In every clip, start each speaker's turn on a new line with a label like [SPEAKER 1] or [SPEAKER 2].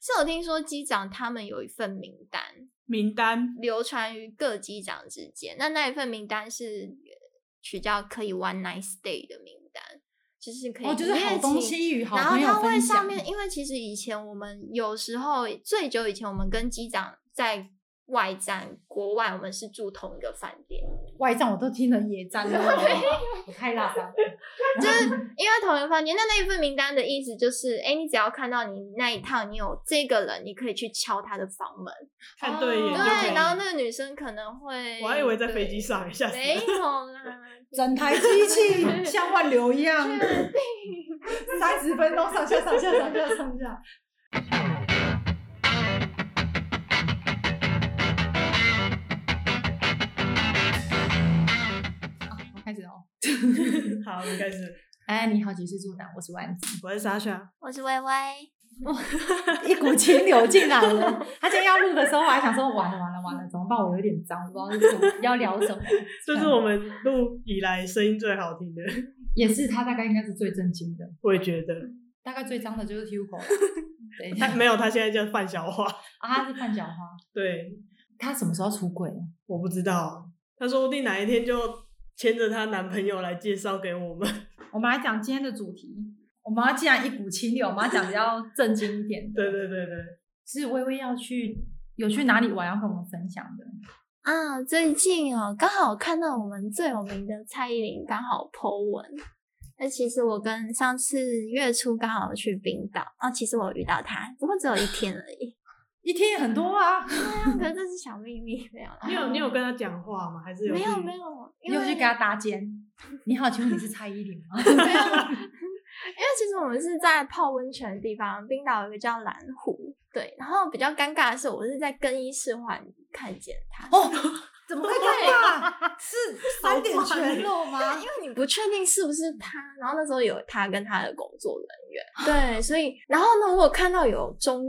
[SPEAKER 1] 是有听说机长他们有一份名单
[SPEAKER 2] 名单
[SPEAKER 1] 流传于各机长之间，那那一份名单是取叫可以 one night stay 的名单，就是可以
[SPEAKER 2] 哦，就是好东西与好
[SPEAKER 1] 然后
[SPEAKER 2] 朋
[SPEAKER 1] 它
[SPEAKER 2] 友
[SPEAKER 1] 会
[SPEAKER 2] 分享
[SPEAKER 1] 上。面，因为其实以前我们有时候最久以前，我们跟机长在外站国外，我们是住同一个饭店，
[SPEAKER 3] 外战我都听成野战了，哦我太辣了。
[SPEAKER 1] 就是因为同一个饭店。那那一份名单的意思就是，哎，你只要看到你那一趟，你有这个人，你可以去敲他的房门。
[SPEAKER 2] 看对眼
[SPEAKER 3] 哦
[SPEAKER 2] 就可
[SPEAKER 1] 对，
[SPEAKER 2] 以
[SPEAKER 1] 然后那个女生可能会，
[SPEAKER 2] 我还以为在飞机上，吓
[SPEAKER 1] 对，
[SPEAKER 2] 死！
[SPEAKER 1] 没有啦，
[SPEAKER 3] 整台机器像万流一样，三十分钟上下上下上下上下。啊我开始哦，
[SPEAKER 2] 好，我们开始。
[SPEAKER 3] 哎，你好，解释助长，我是丸子，
[SPEAKER 2] 我是莎莎，
[SPEAKER 1] 我是歪歪，
[SPEAKER 3] 一股清流进来了。他今天要录的时候，我还想说，完了完了完了，怎么办？我有点脏，我不知道是什么要 聊什么。
[SPEAKER 2] 这是我们录以来声音最好听的，
[SPEAKER 3] 也是他大概应该是最震惊的，
[SPEAKER 2] 我也觉得。
[SPEAKER 3] 大概最脏的就是 Hugo 啦。对，
[SPEAKER 2] 他没有，他现在叫范小花。
[SPEAKER 3] 啊，他是范小花，
[SPEAKER 2] 对，
[SPEAKER 3] 他什么时候出轨？啊
[SPEAKER 2] 我不知道，她说不定哪一天就牵着她男朋友来介绍给我们。
[SPEAKER 3] 我们来讲今天的主题。我们要既然一股清流，我们要讲比 较正经一点的。
[SPEAKER 2] 对对对对，
[SPEAKER 3] 是微微要去有去哪里玩，要跟我们分享的。
[SPEAKER 1] 啊，最近哦，刚好看到我们最有名的蔡依林刚好 Po 文。那其实我跟上次月初刚好去冰岛，哦，其实我有遇到她，不过只有一天而已。
[SPEAKER 3] 一天也很多啊，
[SPEAKER 1] 啊可是这是小秘密，没有啦。
[SPEAKER 2] 你有你有跟她讲话吗？还是
[SPEAKER 1] 没有
[SPEAKER 2] 去
[SPEAKER 1] 没？有，因
[SPEAKER 3] 你有
[SPEAKER 1] 为
[SPEAKER 3] 去跟他搭肩。 你好，请问你是蔡依林吗？
[SPEAKER 1] 因为其实我们是在泡温泉的地方，冰岛有一个叫蓝湖，对。然后比较尴尬的是，我是在更衣室换看见她，
[SPEAKER 3] 哦， 怎 么会尴 尬？是三点全露吗？
[SPEAKER 1] 因为你不确定是不是他，然后那时候有他跟他的工作人员，对，所以然后呢，我有看到有中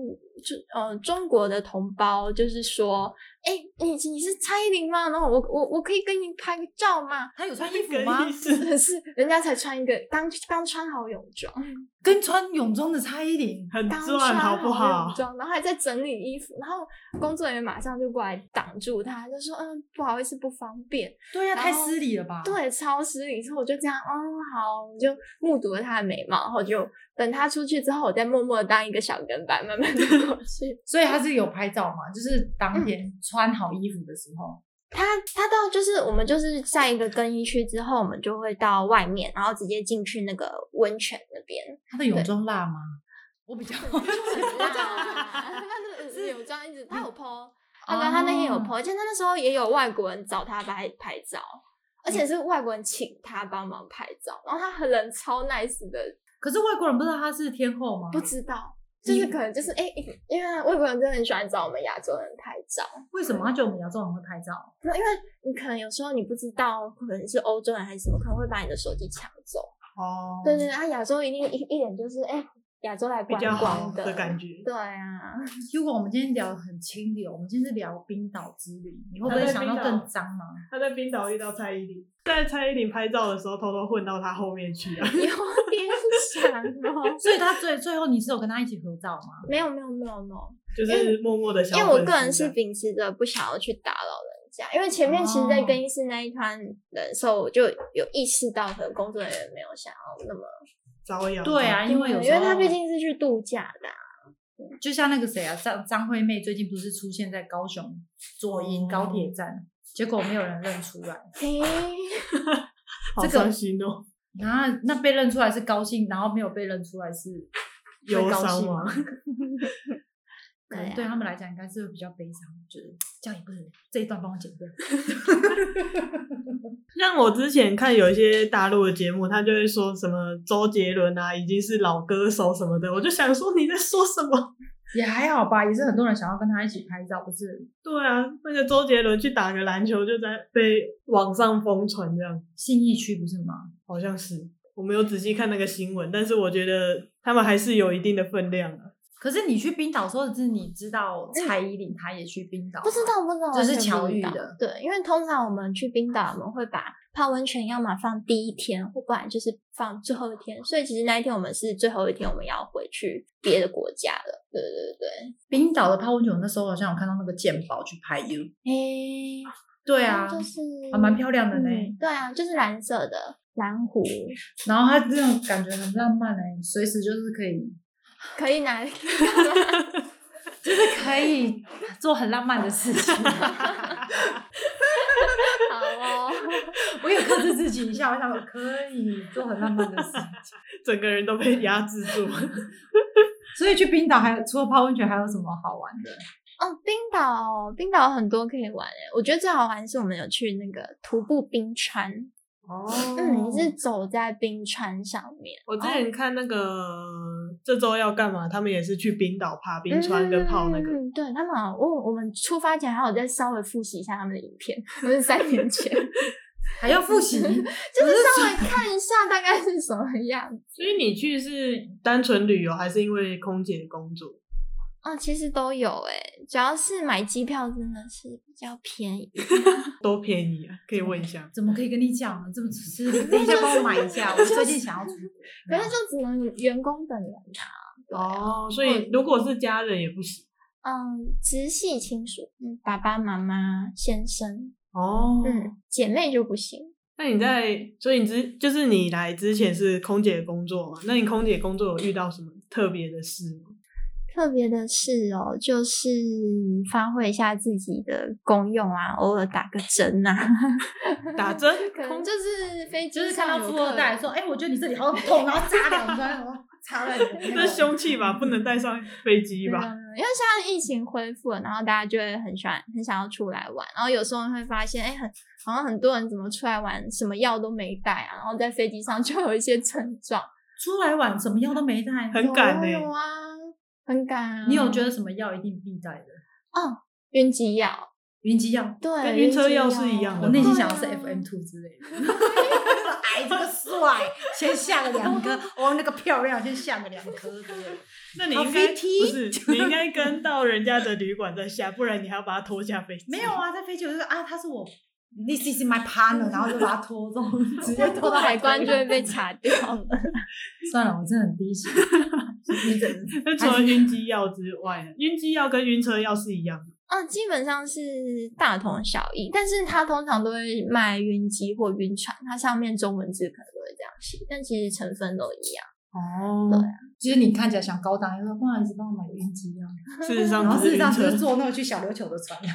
[SPEAKER 1] 就呃中国的同胞就是说，哎、你你是蔡依林吗？然后我我我可以跟你拍个照吗？
[SPEAKER 3] 他有穿衣服吗
[SPEAKER 1] 啊
[SPEAKER 2] 更衣？室
[SPEAKER 1] 可是人家才穿一个刚刚穿好泳装，
[SPEAKER 3] 跟穿泳装的蔡依林，
[SPEAKER 2] 很
[SPEAKER 1] 刚
[SPEAKER 2] 赚，
[SPEAKER 1] 穿
[SPEAKER 2] 好不好
[SPEAKER 1] 泳？装，然后还在整理衣服，然后工作人员马上就过来挡住他，就说嗯不好意思不方便，
[SPEAKER 3] 对呀、
[SPEAKER 1] 然后
[SPEAKER 3] 太失礼了吧？，
[SPEAKER 1] 对，超失礼。之后我就这样，哦，好，我就目睹了她的美貌，然后就等她出去之后，我再默默的当一个小跟班，慢慢的 过去。
[SPEAKER 3] 所以他是有拍照嘛，就是当天穿好衣服的时候，
[SPEAKER 1] 她她到就是我们就是在一个更衣区之后，我们就会到外面，然后直接进去那个温泉那边。
[SPEAKER 3] 他的泳装辣吗？我比较，
[SPEAKER 1] 她 是有装一直，她有 PO，她
[SPEAKER 3] 哦
[SPEAKER 1] 她那天有 PO，而且她那时候也有外国人找她拍拍照。而且是外国人请她帮忙拍照，然后她很人超 nice 的，
[SPEAKER 3] 可是外国人不知道他是天后吗？
[SPEAKER 1] 不知道，就是
[SPEAKER 3] 你
[SPEAKER 1] 可能就是哎、因为外国人真的很喜欢找我们亚洲人拍照，
[SPEAKER 3] 为什么他觉得我们亚洲人会拍照？
[SPEAKER 1] 那因为你可能有时候你不知道，可能是欧洲人还是什么，可能会把你的手机抢走。
[SPEAKER 2] 哦，
[SPEAKER 1] 对对对，啊，亚洲一定一一脸就是哎，亚、洲来
[SPEAKER 2] 比
[SPEAKER 1] 观
[SPEAKER 2] 较好
[SPEAKER 1] 光
[SPEAKER 2] 的感觉。
[SPEAKER 1] 对啊，
[SPEAKER 3] 如果我们今天聊得很清流，我们今天是聊冰岛之旅，你会不会想到更脏吗？
[SPEAKER 2] 他在冰岛遇到蔡依林，在蔡依林拍照的时候偷偷混到他后面去啊。
[SPEAKER 1] 有点想哦。
[SPEAKER 3] 所以他最最后你是有跟他一起合照吗？
[SPEAKER 1] 没有没有没有没有，
[SPEAKER 2] 就是默默的小
[SPEAKER 1] 因为
[SPEAKER 2] 粉丝
[SPEAKER 1] 我个人是
[SPEAKER 2] 这样
[SPEAKER 1] 秉持着不想要去打扰人家，因为前面其实，在
[SPEAKER 3] 哦
[SPEAKER 1] 更衣室那一团人的时候，我就有意识到，可能工作人员没有想要那么，嗯
[SPEAKER 2] 招摇，
[SPEAKER 3] 对啊，因为有
[SPEAKER 1] 因
[SPEAKER 3] 时候
[SPEAKER 1] 为他毕竟是去度假的啊、
[SPEAKER 3] 就像那个谁啊，张张惠妹最近不是出现在高雄左营高铁站，结果没有人认出来。
[SPEAKER 1] 嘿，
[SPEAKER 2] 好
[SPEAKER 3] 这个
[SPEAKER 2] 伤心 哦，
[SPEAKER 3] 然后那被认出来是高兴，然后没有被认出来是
[SPEAKER 2] 忧
[SPEAKER 3] 会高
[SPEAKER 2] 伤啊
[SPEAKER 3] 兴
[SPEAKER 2] 吗
[SPEAKER 3] 吗？？可能
[SPEAKER 1] 啊
[SPEAKER 3] 对他啊们来讲应该是会比较悲伤，就是这样也不能这一段帮我剪掉。
[SPEAKER 2] 像我之前看有一些大陆的节目，他就会说什么周杰伦啊，已经是老歌手什么的，我就想说你在说什么？
[SPEAKER 3] 也还好吧，也是很多人想要跟他一起拍照，不是
[SPEAKER 2] 对啊，那个周杰伦去打个篮球就在被网上疯传这样，
[SPEAKER 3] 信义区不是吗？
[SPEAKER 2] 好像是我没有仔细看那个新闻，但是我觉得他们还是有一定的分量啊。
[SPEAKER 3] 可是你去冰岛的时候，是你知道蔡依林她也去冰岛吗，
[SPEAKER 1] 不知道，不知道，
[SPEAKER 3] 这
[SPEAKER 1] 完
[SPEAKER 3] 是
[SPEAKER 1] 全不
[SPEAKER 3] 巧
[SPEAKER 1] 知
[SPEAKER 3] 遇
[SPEAKER 1] 道
[SPEAKER 3] 的。
[SPEAKER 1] 对，因为通常我们去冰岛，我们会把泡温泉要么放第一天，或不然就是放最后一天。所以其实那一天我们是最后一天，我们要回去别的国家了。对对对，
[SPEAKER 3] 冰岛的泡温泉，我那时候好像有看到那个鉴宝去拍 U，
[SPEAKER 1] 诶，
[SPEAKER 3] 对啊，
[SPEAKER 1] 就是
[SPEAKER 3] 还蛮漂亮的呢。
[SPEAKER 1] 嗯对啊，就是蓝色的蓝湖，
[SPEAKER 3] 然后它这种感觉很浪漫哎、随时就是可以，
[SPEAKER 1] 可以 拿。
[SPEAKER 3] 就是可以做很浪漫的事情。
[SPEAKER 1] 好哦，
[SPEAKER 3] 我有克制自己一下，我想说可以做很浪漫的事情。
[SPEAKER 2] 整个人都被压制住。
[SPEAKER 3] 所以去冰岛还有除了泡温泉，还有什么好玩的？
[SPEAKER 1] 哦，冰岛，冰岛很多可以玩诶。我觉得最好玩是我们有去那个徒步冰川，
[SPEAKER 3] 哦，
[SPEAKER 1] 嗯，你是哦走在冰川上面，
[SPEAKER 2] 我之前看那个这周要干嘛，他们也是去冰岛爬冰川跟泡那个。
[SPEAKER 1] 嗯、对他们好像，我我们出发前还有再稍微复习一下他们的影片，不是三年前，
[SPEAKER 3] 还要复习？
[SPEAKER 1] 就是稍微看一下大概是什么样子。
[SPEAKER 2] 所以你去是单纯旅游，还是因为空姐工作？
[SPEAKER 1] 哦，其实都有诶、主要是买机票真的是比较便宜。
[SPEAKER 2] 多便宜啊！可以问一下。
[SPEAKER 3] 怎么可以跟你讲呢？这么吃力，等一下帮我买一 下，我最近想要出国。
[SPEAKER 1] 可是就只能员工本人拿、对啊
[SPEAKER 2] 哦，所以如果是家人也不行。
[SPEAKER 1] 嗯，直系亲属，嗯，爸爸妈妈、先生，
[SPEAKER 2] 哦，
[SPEAKER 1] 嗯，姐妹就不行。
[SPEAKER 2] 那你在，所以你之就是你来之前是空姐工作嘛？那你空姐工作有遇到什么特别的事 吗？
[SPEAKER 1] 特别的是哦，就是发挥一下自己的功用啊，偶尔打个针啊，
[SPEAKER 2] 打针？
[SPEAKER 1] 可能就是飞机
[SPEAKER 3] 就是看
[SPEAKER 1] 上
[SPEAKER 3] 到
[SPEAKER 1] 有
[SPEAKER 3] 富
[SPEAKER 1] 客
[SPEAKER 3] 二代
[SPEAKER 1] 人
[SPEAKER 3] 说：“哎、我觉得你这里好痛，然后扎两针，然后插在你的
[SPEAKER 2] 那凶器吧，不能带上飞机
[SPEAKER 1] 没有没
[SPEAKER 2] 吧？
[SPEAKER 1] 有啊因为现在疫情恢复了，然后大家就会很喜欢、很想要出来玩，然后有时候会发现，哎、很好像很多人怎么出来玩，什么药都没带啊，然后在飞机上就有一些症状，
[SPEAKER 3] 出来玩什么药都没带，
[SPEAKER 2] 很
[SPEAKER 1] 有
[SPEAKER 2] 赶
[SPEAKER 1] 啊
[SPEAKER 2] 欸
[SPEAKER 1] 有啊，很赶啊。
[SPEAKER 3] 你有觉得什么药一定必带的？
[SPEAKER 1] 晕机药？
[SPEAKER 3] 晕机药，
[SPEAKER 1] 对，
[SPEAKER 2] 跟晕车
[SPEAKER 1] 机
[SPEAKER 2] 药是一样的
[SPEAKER 3] 我内心
[SPEAKER 1] 对
[SPEAKER 3] 想
[SPEAKER 1] 啊
[SPEAKER 3] 的 是 FM two 之类的。 哎，这个帅，先下个两颗；哦，那个漂亮，先下个两颗之类的。
[SPEAKER 2] 那你
[SPEAKER 3] 好
[SPEAKER 2] 应该
[SPEAKER 3] 飞
[SPEAKER 2] 不
[SPEAKER 3] 机
[SPEAKER 2] 是，你应该跟到人家的旅馆再下，不然你还要把他拖下飞机。
[SPEAKER 3] 没有啊，在飞机我就说啊，他是我，this is my partner，然后就把他拖走，直接拖
[SPEAKER 1] 过
[SPEAKER 3] 到
[SPEAKER 1] 海关就会
[SPEAKER 3] 边。
[SPEAKER 1] 被查掉 了。
[SPEAKER 3] 算了，我真的 很低级。你这
[SPEAKER 2] 那除了晕机药之外呢，晕机药跟晕车药是一样的。
[SPEAKER 1] 啊，基本上是大同小异，但是它通常都会卖晕机或晕船，它上面中文字可能都会这样写，但其实成分都一样。
[SPEAKER 2] 哦
[SPEAKER 1] 对
[SPEAKER 3] 其实你看起来想高档，你说不好意思，帮我买个晕机 药。啊
[SPEAKER 2] 事实上
[SPEAKER 3] 然后
[SPEAKER 2] 只是
[SPEAKER 3] 事实
[SPEAKER 2] 晕
[SPEAKER 3] 上只
[SPEAKER 2] 车
[SPEAKER 3] 是。坐那个去小琉球的船。啊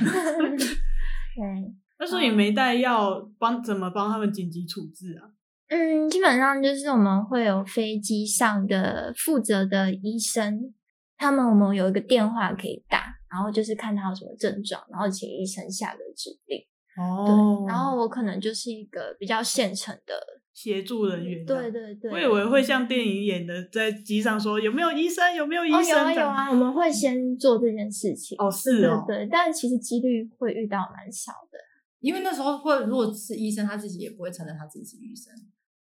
[SPEAKER 1] 对，
[SPEAKER 2] 那所以没带药，帮怎么帮他们紧急处置啊？
[SPEAKER 1] 嗯，基本上就是我们会有飞机上的负责的医生，他们我们有一个电话可以打，然后就是看他有什么症状，然后请医生下个指令。
[SPEAKER 2] 哦
[SPEAKER 1] 然
[SPEAKER 3] 嗯
[SPEAKER 1] 后我可能就是一个比较现成的，
[SPEAKER 2] 协助人员这样。
[SPEAKER 1] 对对对。
[SPEAKER 2] 我以为会像电影演的，在机上说有没有医生，有没有医
[SPEAKER 1] 哦，有啊
[SPEAKER 2] 生这
[SPEAKER 1] 有
[SPEAKER 2] 样。
[SPEAKER 1] 啊，我们会先做这件事情。
[SPEAKER 2] 哦，是
[SPEAKER 1] 对
[SPEAKER 2] 哦，
[SPEAKER 1] 对，但其实几率会遇到蛮少的，
[SPEAKER 3] 因为那时候会，如果是医生，他自己也不会承认他自己是医生，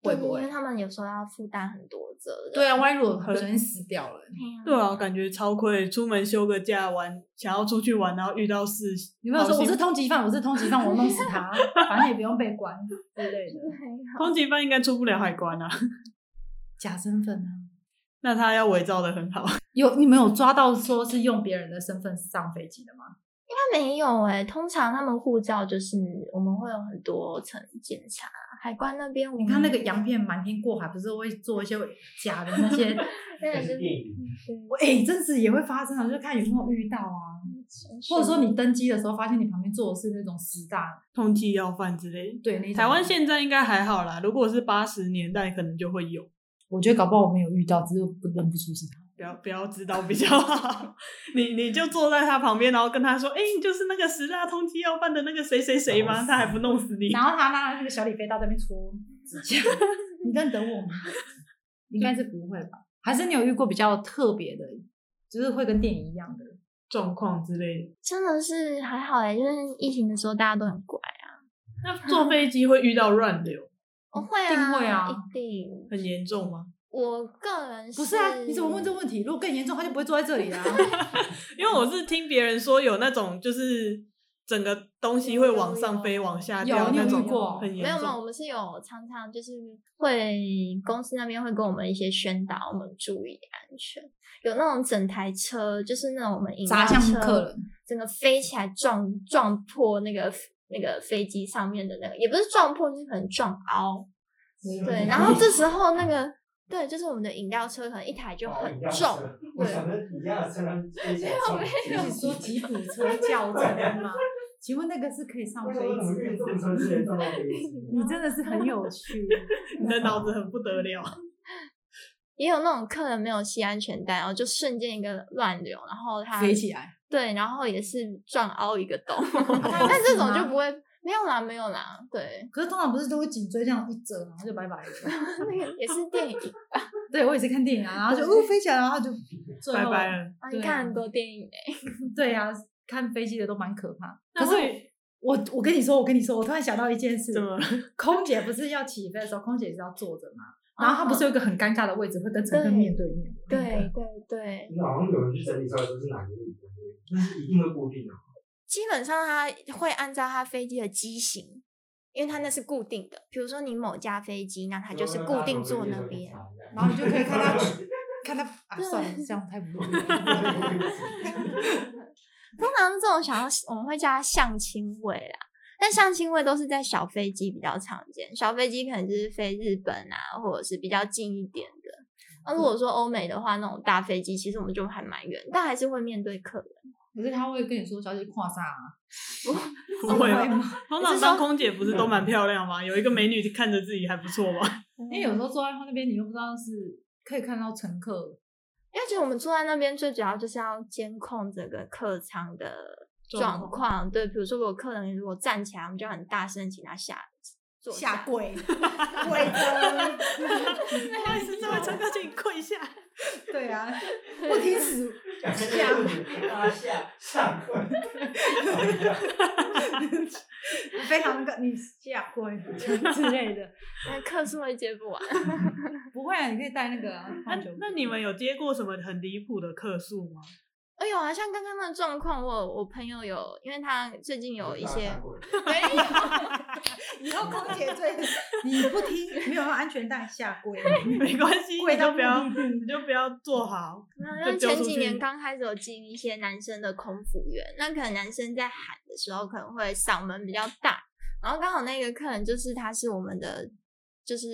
[SPEAKER 3] 会不
[SPEAKER 1] 因为
[SPEAKER 2] 啊
[SPEAKER 3] 会？
[SPEAKER 1] 他们有时候要负担很多责任。
[SPEAKER 3] 对啊，万一如果不小心死掉了，
[SPEAKER 2] 对
[SPEAKER 1] 对
[SPEAKER 2] 啊，感觉超亏。出门休个假玩，想要出去玩，然后遇到事，
[SPEAKER 3] 你没有说
[SPEAKER 2] 好
[SPEAKER 3] 我
[SPEAKER 2] 心
[SPEAKER 3] 是通缉犯，我是通缉犯，我弄死他， 反正也不用被关之类的。
[SPEAKER 2] 通缉犯应该出不了海关啊。
[SPEAKER 3] 假身份啊，
[SPEAKER 2] 那他要伪造的很好，
[SPEAKER 3] 有你们有抓到说是用别人的身份上飞机的吗？
[SPEAKER 1] 他没有哎、通常他们护照就是我们会有很多层检查，海关那边我
[SPEAKER 3] 你
[SPEAKER 1] 们
[SPEAKER 3] 看
[SPEAKER 2] 嗯
[SPEAKER 3] 那个洋片瞒天过海，不是会做一些假的那些？
[SPEAKER 1] 对就是
[SPEAKER 3] 我哎、真实也会发生啊，就看有没有遇到啊。或者说你登机的时候发现你旁边坐的是那种师大，
[SPEAKER 2] 通缉要犯之类的。
[SPEAKER 3] 对那种
[SPEAKER 2] 台湾现在应该还好啦，如果是八十年代，可能就会有。
[SPEAKER 3] 我觉得搞不好我没有遇到，只是不认不出是他。
[SPEAKER 2] 不要不要知道比较好， 你你就坐在他旁边，然后跟他说：“哎、你就是那个十大通缉要犯的那个谁谁谁吗？”他还不弄死你。
[SPEAKER 3] 然后他拿那个小李飞刀在那边戳指甲， 你认得我吗？应该是不会吧？还是你有遇过比较特别的，就是会跟电影一样的？
[SPEAKER 2] 状况之类的。
[SPEAKER 1] 真的是还好哎、因为疫情的时候大家都很乖啊，
[SPEAKER 2] 那坐飞机会遇到乱流，
[SPEAKER 1] 我会
[SPEAKER 3] 一定
[SPEAKER 1] 啊，
[SPEAKER 3] 会啊
[SPEAKER 1] 一定。
[SPEAKER 2] 很严重吗？
[SPEAKER 1] 我个人
[SPEAKER 3] 不是啊？你怎么问这个问题？如 果更严重，他就不会坐在这里啦、
[SPEAKER 2] 因为我是听别人说有那种就是整个东西会往上飞、往下掉
[SPEAKER 3] 有你有
[SPEAKER 2] 那
[SPEAKER 3] 遇
[SPEAKER 2] 种，
[SPEAKER 3] 过
[SPEAKER 2] 很
[SPEAKER 1] 没有
[SPEAKER 2] 严
[SPEAKER 1] 没有，
[SPEAKER 2] 重。
[SPEAKER 1] 我们是有常常就是会公司那边会跟我们一些宣导，我们注意安全。有那种整台车，就是那种我们饮料
[SPEAKER 3] 砸向
[SPEAKER 1] 车
[SPEAKER 3] 客人，
[SPEAKER 1] 整个飞起来撞撞破那个那个飞机上面的那个，也不是撞破，就是可能撞凹。对，然后这时候那个对，就是我们的饮料车可能一台就很重，
[SPEAKER 4] 哦
[SPEAKER 1] 哎
[SPEAKER 5] 我想着一样的车上飞起来撞，
[SPEAKER 3] 没有说吉普车较真吗？请问那个是可以上
[SPEAKER 5] 为
[SPEAKER 3] 飞
[SPEAKER 5] 什么怎
[SPEAKER 3] 机
[SPEAKER 5] 么运动车之前撞到 飞机？
[SPEAKER 3] 你真的是很有趣，
[SPEAKER 2] 你的脑子很不得了，
[SPEAKER 1] 也有那种客人没有系安全带，然后就瞬间一个乱流，然后他
[SPEAKER 3] 飞起来，
[SPEAKER 1] 对，然后也是撞凹一个洞，
[SPEAKER 3] 他
[SPEAKER 1] 但这
[SPEAKER 3] 死
[SPEAKER 1] 种
[SPEAKER 3] 吗
[SPEAKER 1] 就不会没有啦，没有啦， 对，
[SPEAKER 3] 可是通常不是都会颈椎这样一折，然后就拜拜了。
[SPEAKER 1] 那个也是电影
[SPEAKER 3] 对我也是看电影啊，然后就哦飞起来，然后就最
[SPEAKER 2] 拜
[SPEAKER 3] 后
[SPEAKER 2] 拜了。
[SPEAKER 1] 啊，
[SPEAKER 3] 对
[SPEAKER 1] 你
[SPEAKER 3] 啊
[SPEAKER 1] 看很多电影诶、
[SPEAKER 3] 对啊，看飞机的都蛮可怕。
[SPEAKER 2] 那
[SPEAKER 3] 可是
[SPEAKER 2] 会
[SPEAKER 3] 我我跟你说，我跟你说，我突然想到一件事
[SPEAKER 2] 怎，么？
[SPEAKER 3] 空姐不是要起飞的时候，空姐是要坐着嘛，然后她不是有一个很尴尬的位置，会跟乘客面嗯对面。
[SPEAKER 1] 欸对对对，
[SPEAKER 5] 那好像有人去整理出来说是哪个女的，但是一定会固定的。
[SPEAKER 1] 基本上它会按照它飞机的机型，因为它那是固定的，比如说你某架飞机，那它
[SPEAKER 3] 哦
[SPEAKER 1] 就是固定坐那边。
[SPEAKER 3] 然后你就可以看 她，看她啊，算了，这样太不对。
[SPEAKER 1] 通常这种想要我们会叫它相亲位啦，但相亲位都是在小飞机比较常见，小飞机可能就是飞日本啊，或者是比较近一点的。那如果说欧美的话，那种大飞机其实我们就还蛮远，但还是会面对客人。
[SPEAKER 3] 可是她会跟你说：“小姐跨啥啊？”
[SPEAKER 2] 不哦 会吧？
[SPEAKER 3] 吗？
[SPEAKER 2] 通常当空姐不是嗯都蛮漂亮吗？有一个美女看着自己还不错 吗？
[SPEAKER 3] 因为有时候坐在她那边，你又不知道是可以看到乘客。
[SPEAKER 1] 因为其实我们坐在那边最主要就是要监控整个客舱的
[SPEAKER 2] 状
[SPEAKER 1] 状况，对，比如说我客人如果站起来，我们就要很大声请他下坐下
[SPEAKER 3] 跪，跪着，
[SPEAKER 2] 不好意思，这位乘客，请跪下。
[SPEAKER 3] 对啊，不听使
[SPEAKER 5] 下下下跪，
[SPEAKER 3] 非常的你下跪 之类的，
[SPEAKER 1] 那客数会接不完。
[SPEAKER 3] 不会啊，你可以带那个啊
[SPEAKER 2] 那
[SPEAKER 3] 放久。
[SPEAKER 2] 那你们有接过什么很离谱的客诉吗？
[SPEAKER 1] 哎呦啊，像刚刚那个状况，我有我朋友有，因为他最近有一些
[SPEAKER 3] 没有？以后空姐最你不听，没有用安全带下跪，
[SPEAKER 2] 没关系，
[SPEAKER 3] 跪
[SPEAKER 2] 你
[SPEAKER 3] 到
[SPEAKER 2] 就不要，
[SPEAKER 3] 目的地
[SPEAKER 2] 你就不要坐 好。
[SPEAKER 1] 没有，因
[SPEAKER 2] 就
[SPEAKER 1] 为
[SPEAKER 2] 丢
[SPEAKER 1] 前
[SPEAKER 2] 出
[SPEAKER 1] 几
[SPEAKER 2] 去
[SPEAKER 1] 年刚开始有进一些男生的空服员，那可能男生在喊的时候可能会嗓门比较大，然后刚好那个客人就是他是我们的就是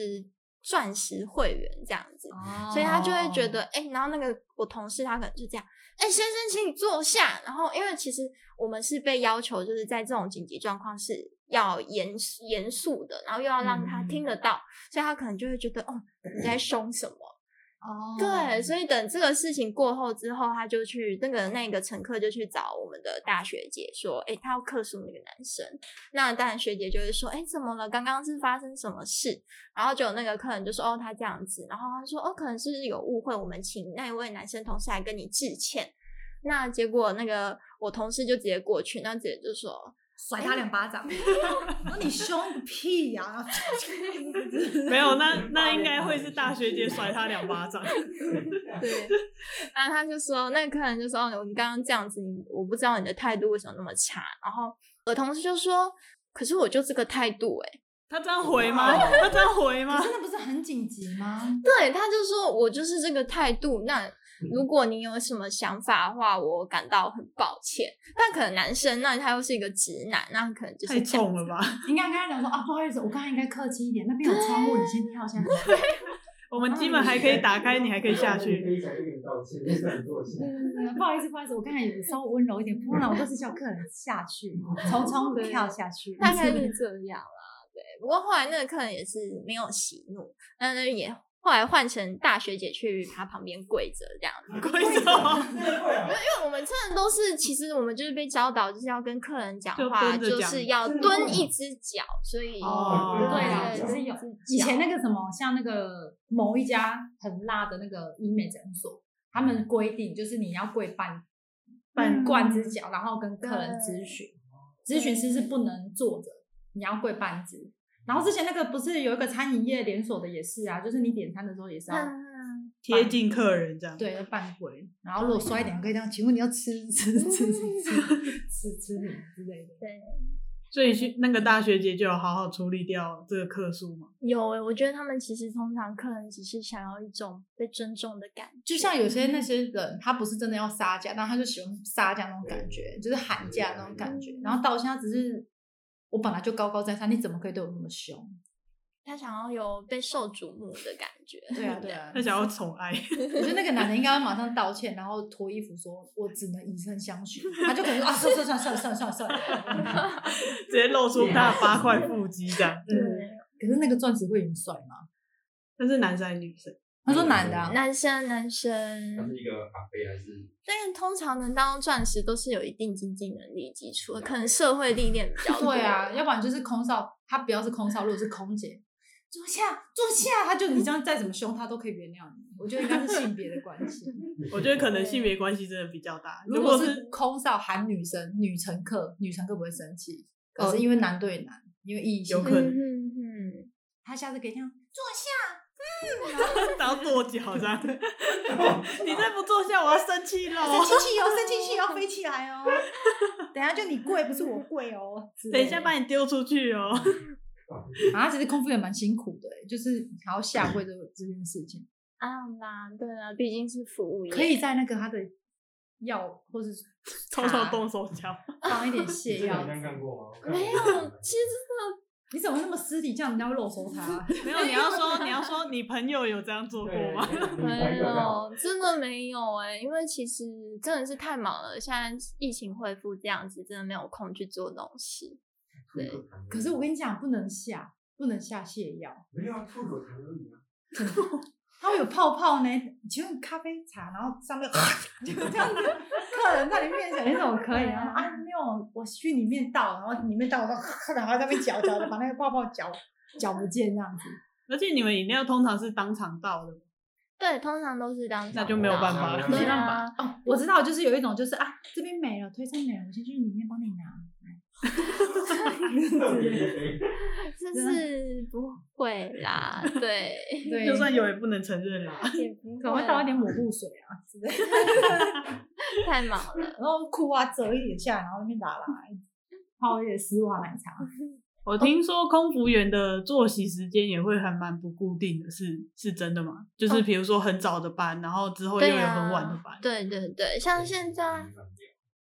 [SPEAKER 1] 钻石会员这样
[SPEAKER 2] 哦
[SPEAKER 1] 子，所以他就会觉得，哎、然后那个我同事他可能就这样，哎、先生，请你坐下。然后因为其实我们是被要求，就是在这种紧急状况是要严肃严肃的，然后又要让
[SPEAKER 2] 嗯
[SPEAKER 1] 他听得到，所以他可能就会觉得，哦，你在凶什么？
[SPEAKER 3] 哦，
[SPEAKER 1] 对，所以等这个事情过后之后，他就去那个那个乘客就去找我们的大学姐说，哎、他要克诉那个男生。那当然学姐就会说，哎、怎么了？刚刚是发生什么事？然后就有那个客人就说，哦，他这样子，然后他说，哦，可能是有误会，我们请那一位男生同事来跟你致歉。那结果那个我同事就直接过去，那姐就说，
[SPEAKER 3] 甩他两 巴掌，我说你凶个屁呀！
[SPEAKER 2] 没有，那那应该会是大学姐甩他两巴 掌。
[SPEAKER 1] 对，然后他就说，那个客人就说，哦，你刚刚这样子，你我不知道你的态度为什么那么差。然后我同事就说，可是我就这个态度、欸，
[SPEAKER 2] 他这样回吗？他这样回吗？
[SPEAKER 3] 真的不是很紧急吗？
[SPEAKER 1] 对，他就说我就是这个态度。那如果你有什么想法的话，我感到很抱歉。但可能男生，那他又是一个直男，那可能就是
[SPEAKER 2] 太
[SPEAKER 1] 这样
[SPEAKER 2] 重了
[SPEAKER 1] 子？
[SPEAKER 2] 吧！
[SPEAKER 3] 应该跟他讲说啊，不好意思，我刚才应该客气一点，那边有窗户，你先跳下去。
[SPEAKER 2] 我们基本还可以打开，你还可以下 去。
[SPEAKER 5] 飞起来就跟你道歉，你很多
[SPEAKER 3] 对对对对，嗯不好意思，不好意思，我刚才有稍微温柔一点，不然我都是叫客人下去，从窗户跳下去。
[SPEAKER 1] 哦大 概是这样啦。对，不过后来那个客人也是没有息怒，那那也后来换成大学姐去他旁边跪着这样子。
[SPEAKER 2] 为什么？
[SPEAKER 1] 因为我们真的都是，其实我们就是被教导，就是要跟客人讲
[SPEAKER 2] 就
[SPEAKER 1] 话，
[SPEAKER 2] 蹲着
[SPEAKER 1] 就
[SPEAKER 2] 讲
[SPEAKER 1] 是要
[SPEAKER 5] 真的
[SPEAKER 1] 蹲
[SPEAKER 3] 哦
[SPEAKER 5] 吗
[SPEAKER 1] 一只脚，所以
[SPEAKER 2] 哦
[SPEAKER 1] 对啦
[SPEAKER 2] 对
[SPEAKER 5] 啦，
[SPEAKER 1] 就
[SPEAKER 5] 其
[SPEAKER 1] 是
[SPEAKER 3] 实有
[SPEAKER 1] 一
[SPEAKER 3] 以
[SPEAKER 1] 只脚
[SPEAKER 3] 前那个什么，像那个某一家很辣的那个医美诊所，他
[SPEAKER 1] 嗯
[SPEAKER 3] 们规定就是你要跪半半
[SPEAKER 2] 嗯
[SPEAKER 3] 半只脚，然后跟客人咨询，咨询师是不能坐着，你要跪半只。然后之前那个不是有一个餐饮业连锁的也是啊，就是你点餐的时候也是要
[SPEAKER 1] 嗯
[SPEAKER 2] 贴近客人这样。
[SPEAKER 3] 对，要扮鬼，然后如果帅一点，可以这样，请问你要吃吃吃吃吃吃吃米之类的。
[SPEAKER 1] 对，
[SPEAKER 2] 所以去那个大学姐就有好好处理掉这个客诉嘛。
[SPEAKER 1] 有诶、我觉得他们其实通常客人只是想要一种被尊重的感觉，
[SPEAKER 3] 就像有些那些人，他不是真的要杀价，但他就喜欢杀价那种感觉，就是喊价那种感觉。然后到现在只是我本来就高高在上，你怎么可以对我那么凶？
[SPEAKER 1] 他想要有被受瞩目的感 觉。
[SPEAKER 3] 对啊，对啊
[SPEAKER 2] 他。想要宠爱，
[SPEAKER 3] 我觉得那个男的应该要马上道歉，然后脱衣服说：“我只能以身相许。”他就可能说：“啊，算算算算算算算。
[SPEAKER 2] 直接露出他的八块腹肌这样。”
[SPEAKER 1] 对，
[SPEAKER 3] 嗯， 可是那个钻石会很帅吗？
[SPEAKER 2] 但是男生还是女生？
[SPEAKER 3] 他说男的、啊，
[SPEAKER 1] 男生男
[SPEAKER 5] 他
[SPEAKER 1] 生，
[SPEAKER 5] 是一个阿飞还是
[SPEAKER 1] 但通常能当钻石都是有一定经济能力基础的，可能社会历练比较多。
[SPEAKER 3] 对啊，要不然就是空少，他不要是空少，如果是空姐，坐下坐下，他就你这样再怎么凶，他都可以原谅你。我觉得应该是性别的关 系。
[SPEAKER 2] 我觉得可能性别关系真的比较大。
[SPEAKER 3] 如
[SPEAKER 2] 如
[SPEAKER 3] 果
[SPEAKER 2] 果
[SPEAKER 3] 是
[SPEAKER 2] 是
[SPEAKER 3] 空少喊女生、女乘客，女乘客不会生气，可是因为男对男，因为异性，
[SPEAKER 2] 哦有可能
[SPEAKER 1] 嗯嗯嗯，
[SPEAKER 3] 他下次可以这样坐下。
[SPEAKER 2] 然后跺脚这样，你再不坐下，我要生气喽！
[SPEAKER 3] 生气气哦，生气气 要飞起来哦！等一下就你跪，不是我跪哦。之
[SPEAKER 2] 等
[SPEAKER 3] 类的
[SPEAKER 2] 一下把你丢出去哦。
[SPEAKER 3] 啊，其实空服员蛮辛苦的欸，就是还要下跪这个这件事情。
[SPEAKER 1] 啊啦，对啊，毕竟是服务业，
[SPEAKER 3] 可以在那个他的药或是
[SPEAKER 2] 偷偷动手 脚，
[SPEAKER 3] 放一点
[SPEAKER 5] 这
[SPEAKER 3] 泻
[SPEAKER 5] 个
[SPEAKER 3] 药
[SPEAKER 5] 好。像看过吗？
[SPEAKER 1] 没有，其实
[SPEAKER 3] 你怎么那么私底这样？人家会露手他、啊。
[SPEAKER 2] 没有？你要说你要说你朋友有这样做过吗？
[SPEAKER 1] 没有，真的没有哎、因为其实真的是太忙了，现在疫情恢复这样子，真的没有空去做东西。对
[SPEAKER 3] 可是我跟你讲，不能下，不能下泻药，
[SPEAKER 5] 没有啊，吐口痰而已啊。
[SPEAKER 3] 它会有泡泡呢。请问咖啡茶，然后上面 就这样子，客人在你面 前，你怎么可以啊？啊，没有，我去里面倒，然后里面倒，然后 然后在那边搅搅的，把那个泡泡搅搅不见这样子。
[SPEAKER 2] 而且你们饮料通常是当场倒的，
[SPEAKER 1] 对，通常都是当场
[SPEAKER 2] 那就没有办法了，
[SPEAKER 1] 对
[SPEAKER 2] 没办法。
[SPEAKER 1] 啊，
[SPEAKER 3] 哦，我知道，就是有一种就是啊，这边没了，推车没了，我先去里面帮你拿。
[SPEAKER 1] 就是不会啦，对，
[SPEAKER 3] 对
[SPEAKER 2] 就算有也不能承认啦。
[SPEAKER 1] 也不
[SPEAKER 3] 可能会
[SPEAKER 1] 会
[SPEAKER 3] 倒一点抹布水啊之类的。
[SPEAKER 1] 太忙了。
[SPEAKER 3] 然后裤袜折一点下来，然后那边打来，泡一点丝袜奶茶。
[SPEAKER 2] 我听说空服员的作息时间也会还蛮不固定的，是是真的吗？就是比如说很早的班，然后之后又
[SPEAKER 1] 哦对
[SPEAKER 2] 有
[SPEAKER 1] 啊，
[SPEAKER 2] 很晚的班，
[SPEAKER 1] 对对对，像现在，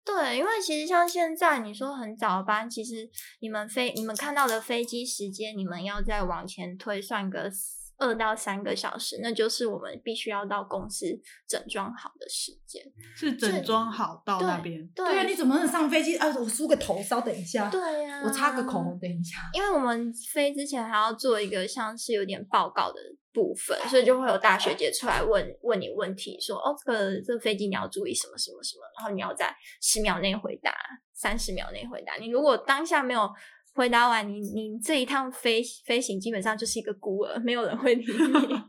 [SPEAKER 1] 对，因为其实像现在你说很早班，其实你们飞你们看到的飞机时间，你们要再往前推算个二到三个小时，那就是我们必须要到公司整装好的时间。
[SPEAKER 2] 是整装好到那边。
[SPEAKER 3] 对啊，你
[SPEAKER 1] 对
[SPEAKER 3] 怎么能上飞机啊？我梳个头，稍等一下，
[SPEAKER 1] 对呀、
[SPEAKER 3] 我擦个口红，等一下。
[SPEAKER 1] 因为我们飞之前还要做一个像是有点报告的部分，所以就会有大学姐出来问问你问题，说哦，这个这个飞机你要注意什么什么什么，然后你要在十秒内回答，三十秒内回答。你如果当下没有回答完，你你这一趟飞飞行基本上就是一个孤儿，没有人会理你。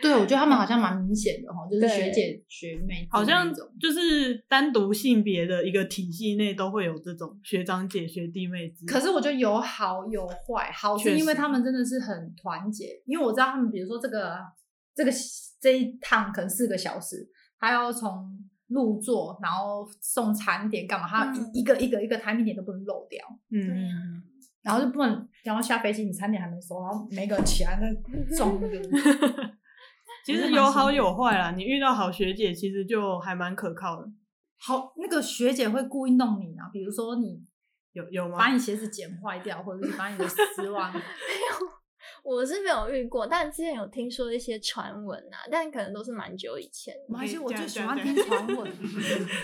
[SPEAKER 3] 对，我觉得他们好像蛮明显的哈，就是
[SPEAKER 1] 对
[SPEAKER 3] 学姐学妹
[SPEAKER 2] 好像
[SPEAKER 3] 那种
[SPEAKER 2] 就是单独性别的一个体系内都会有这种学长姐、学弟妹之类的
[SPEAKER 3] 可是我觉得有好有坏，好
[SPEAKER 2] 确
[SPEAKER 3] 是
[SPEAKER 2] 实
[SPEAKER 3] 因为他们真的是很团结，因为我知道他们，比如说这个这个这一趟可能四个小时，他要从入座，然后送餐点干嘛，他
[SPEAKER 1] 嗯
[SPEAKER 3] 一一个一个一个产品点都不能漏掉。
[SPEAKER 1] 对啊
[SPEAKER 2] 嗯
[SPEAKER 1] 呀，
[SPEAKER 3] 然后就不能，然后下飞机你餐点还没收，然后每个人起 来那撞那个，
[SPEAKER 2] 其实有好有坏啦。你遇到好学姐，其实就还蛮可靠的。
[SPEAKER 3] 好那个学姐会故意弄你啊，比如说你
[SPEAKER 2] 有有
[SPEAKER 3] 把
[SPEAKER 2] 吗？
[SPEAKER 3] 你鞋子剪坏掉，或者是把你的丝袜，
[SPEAKER 1] 我是没有遇过，但之前有听说一些传闻啊，但可能都是蛮久以前的。
[SPEAKER 3] 没关系，我
[SPEAKER 2] 这样
[SPEAKER 3] 最喜欢
[SPEAKER 2] 这样
[SPEAKER 3] 听传 闻。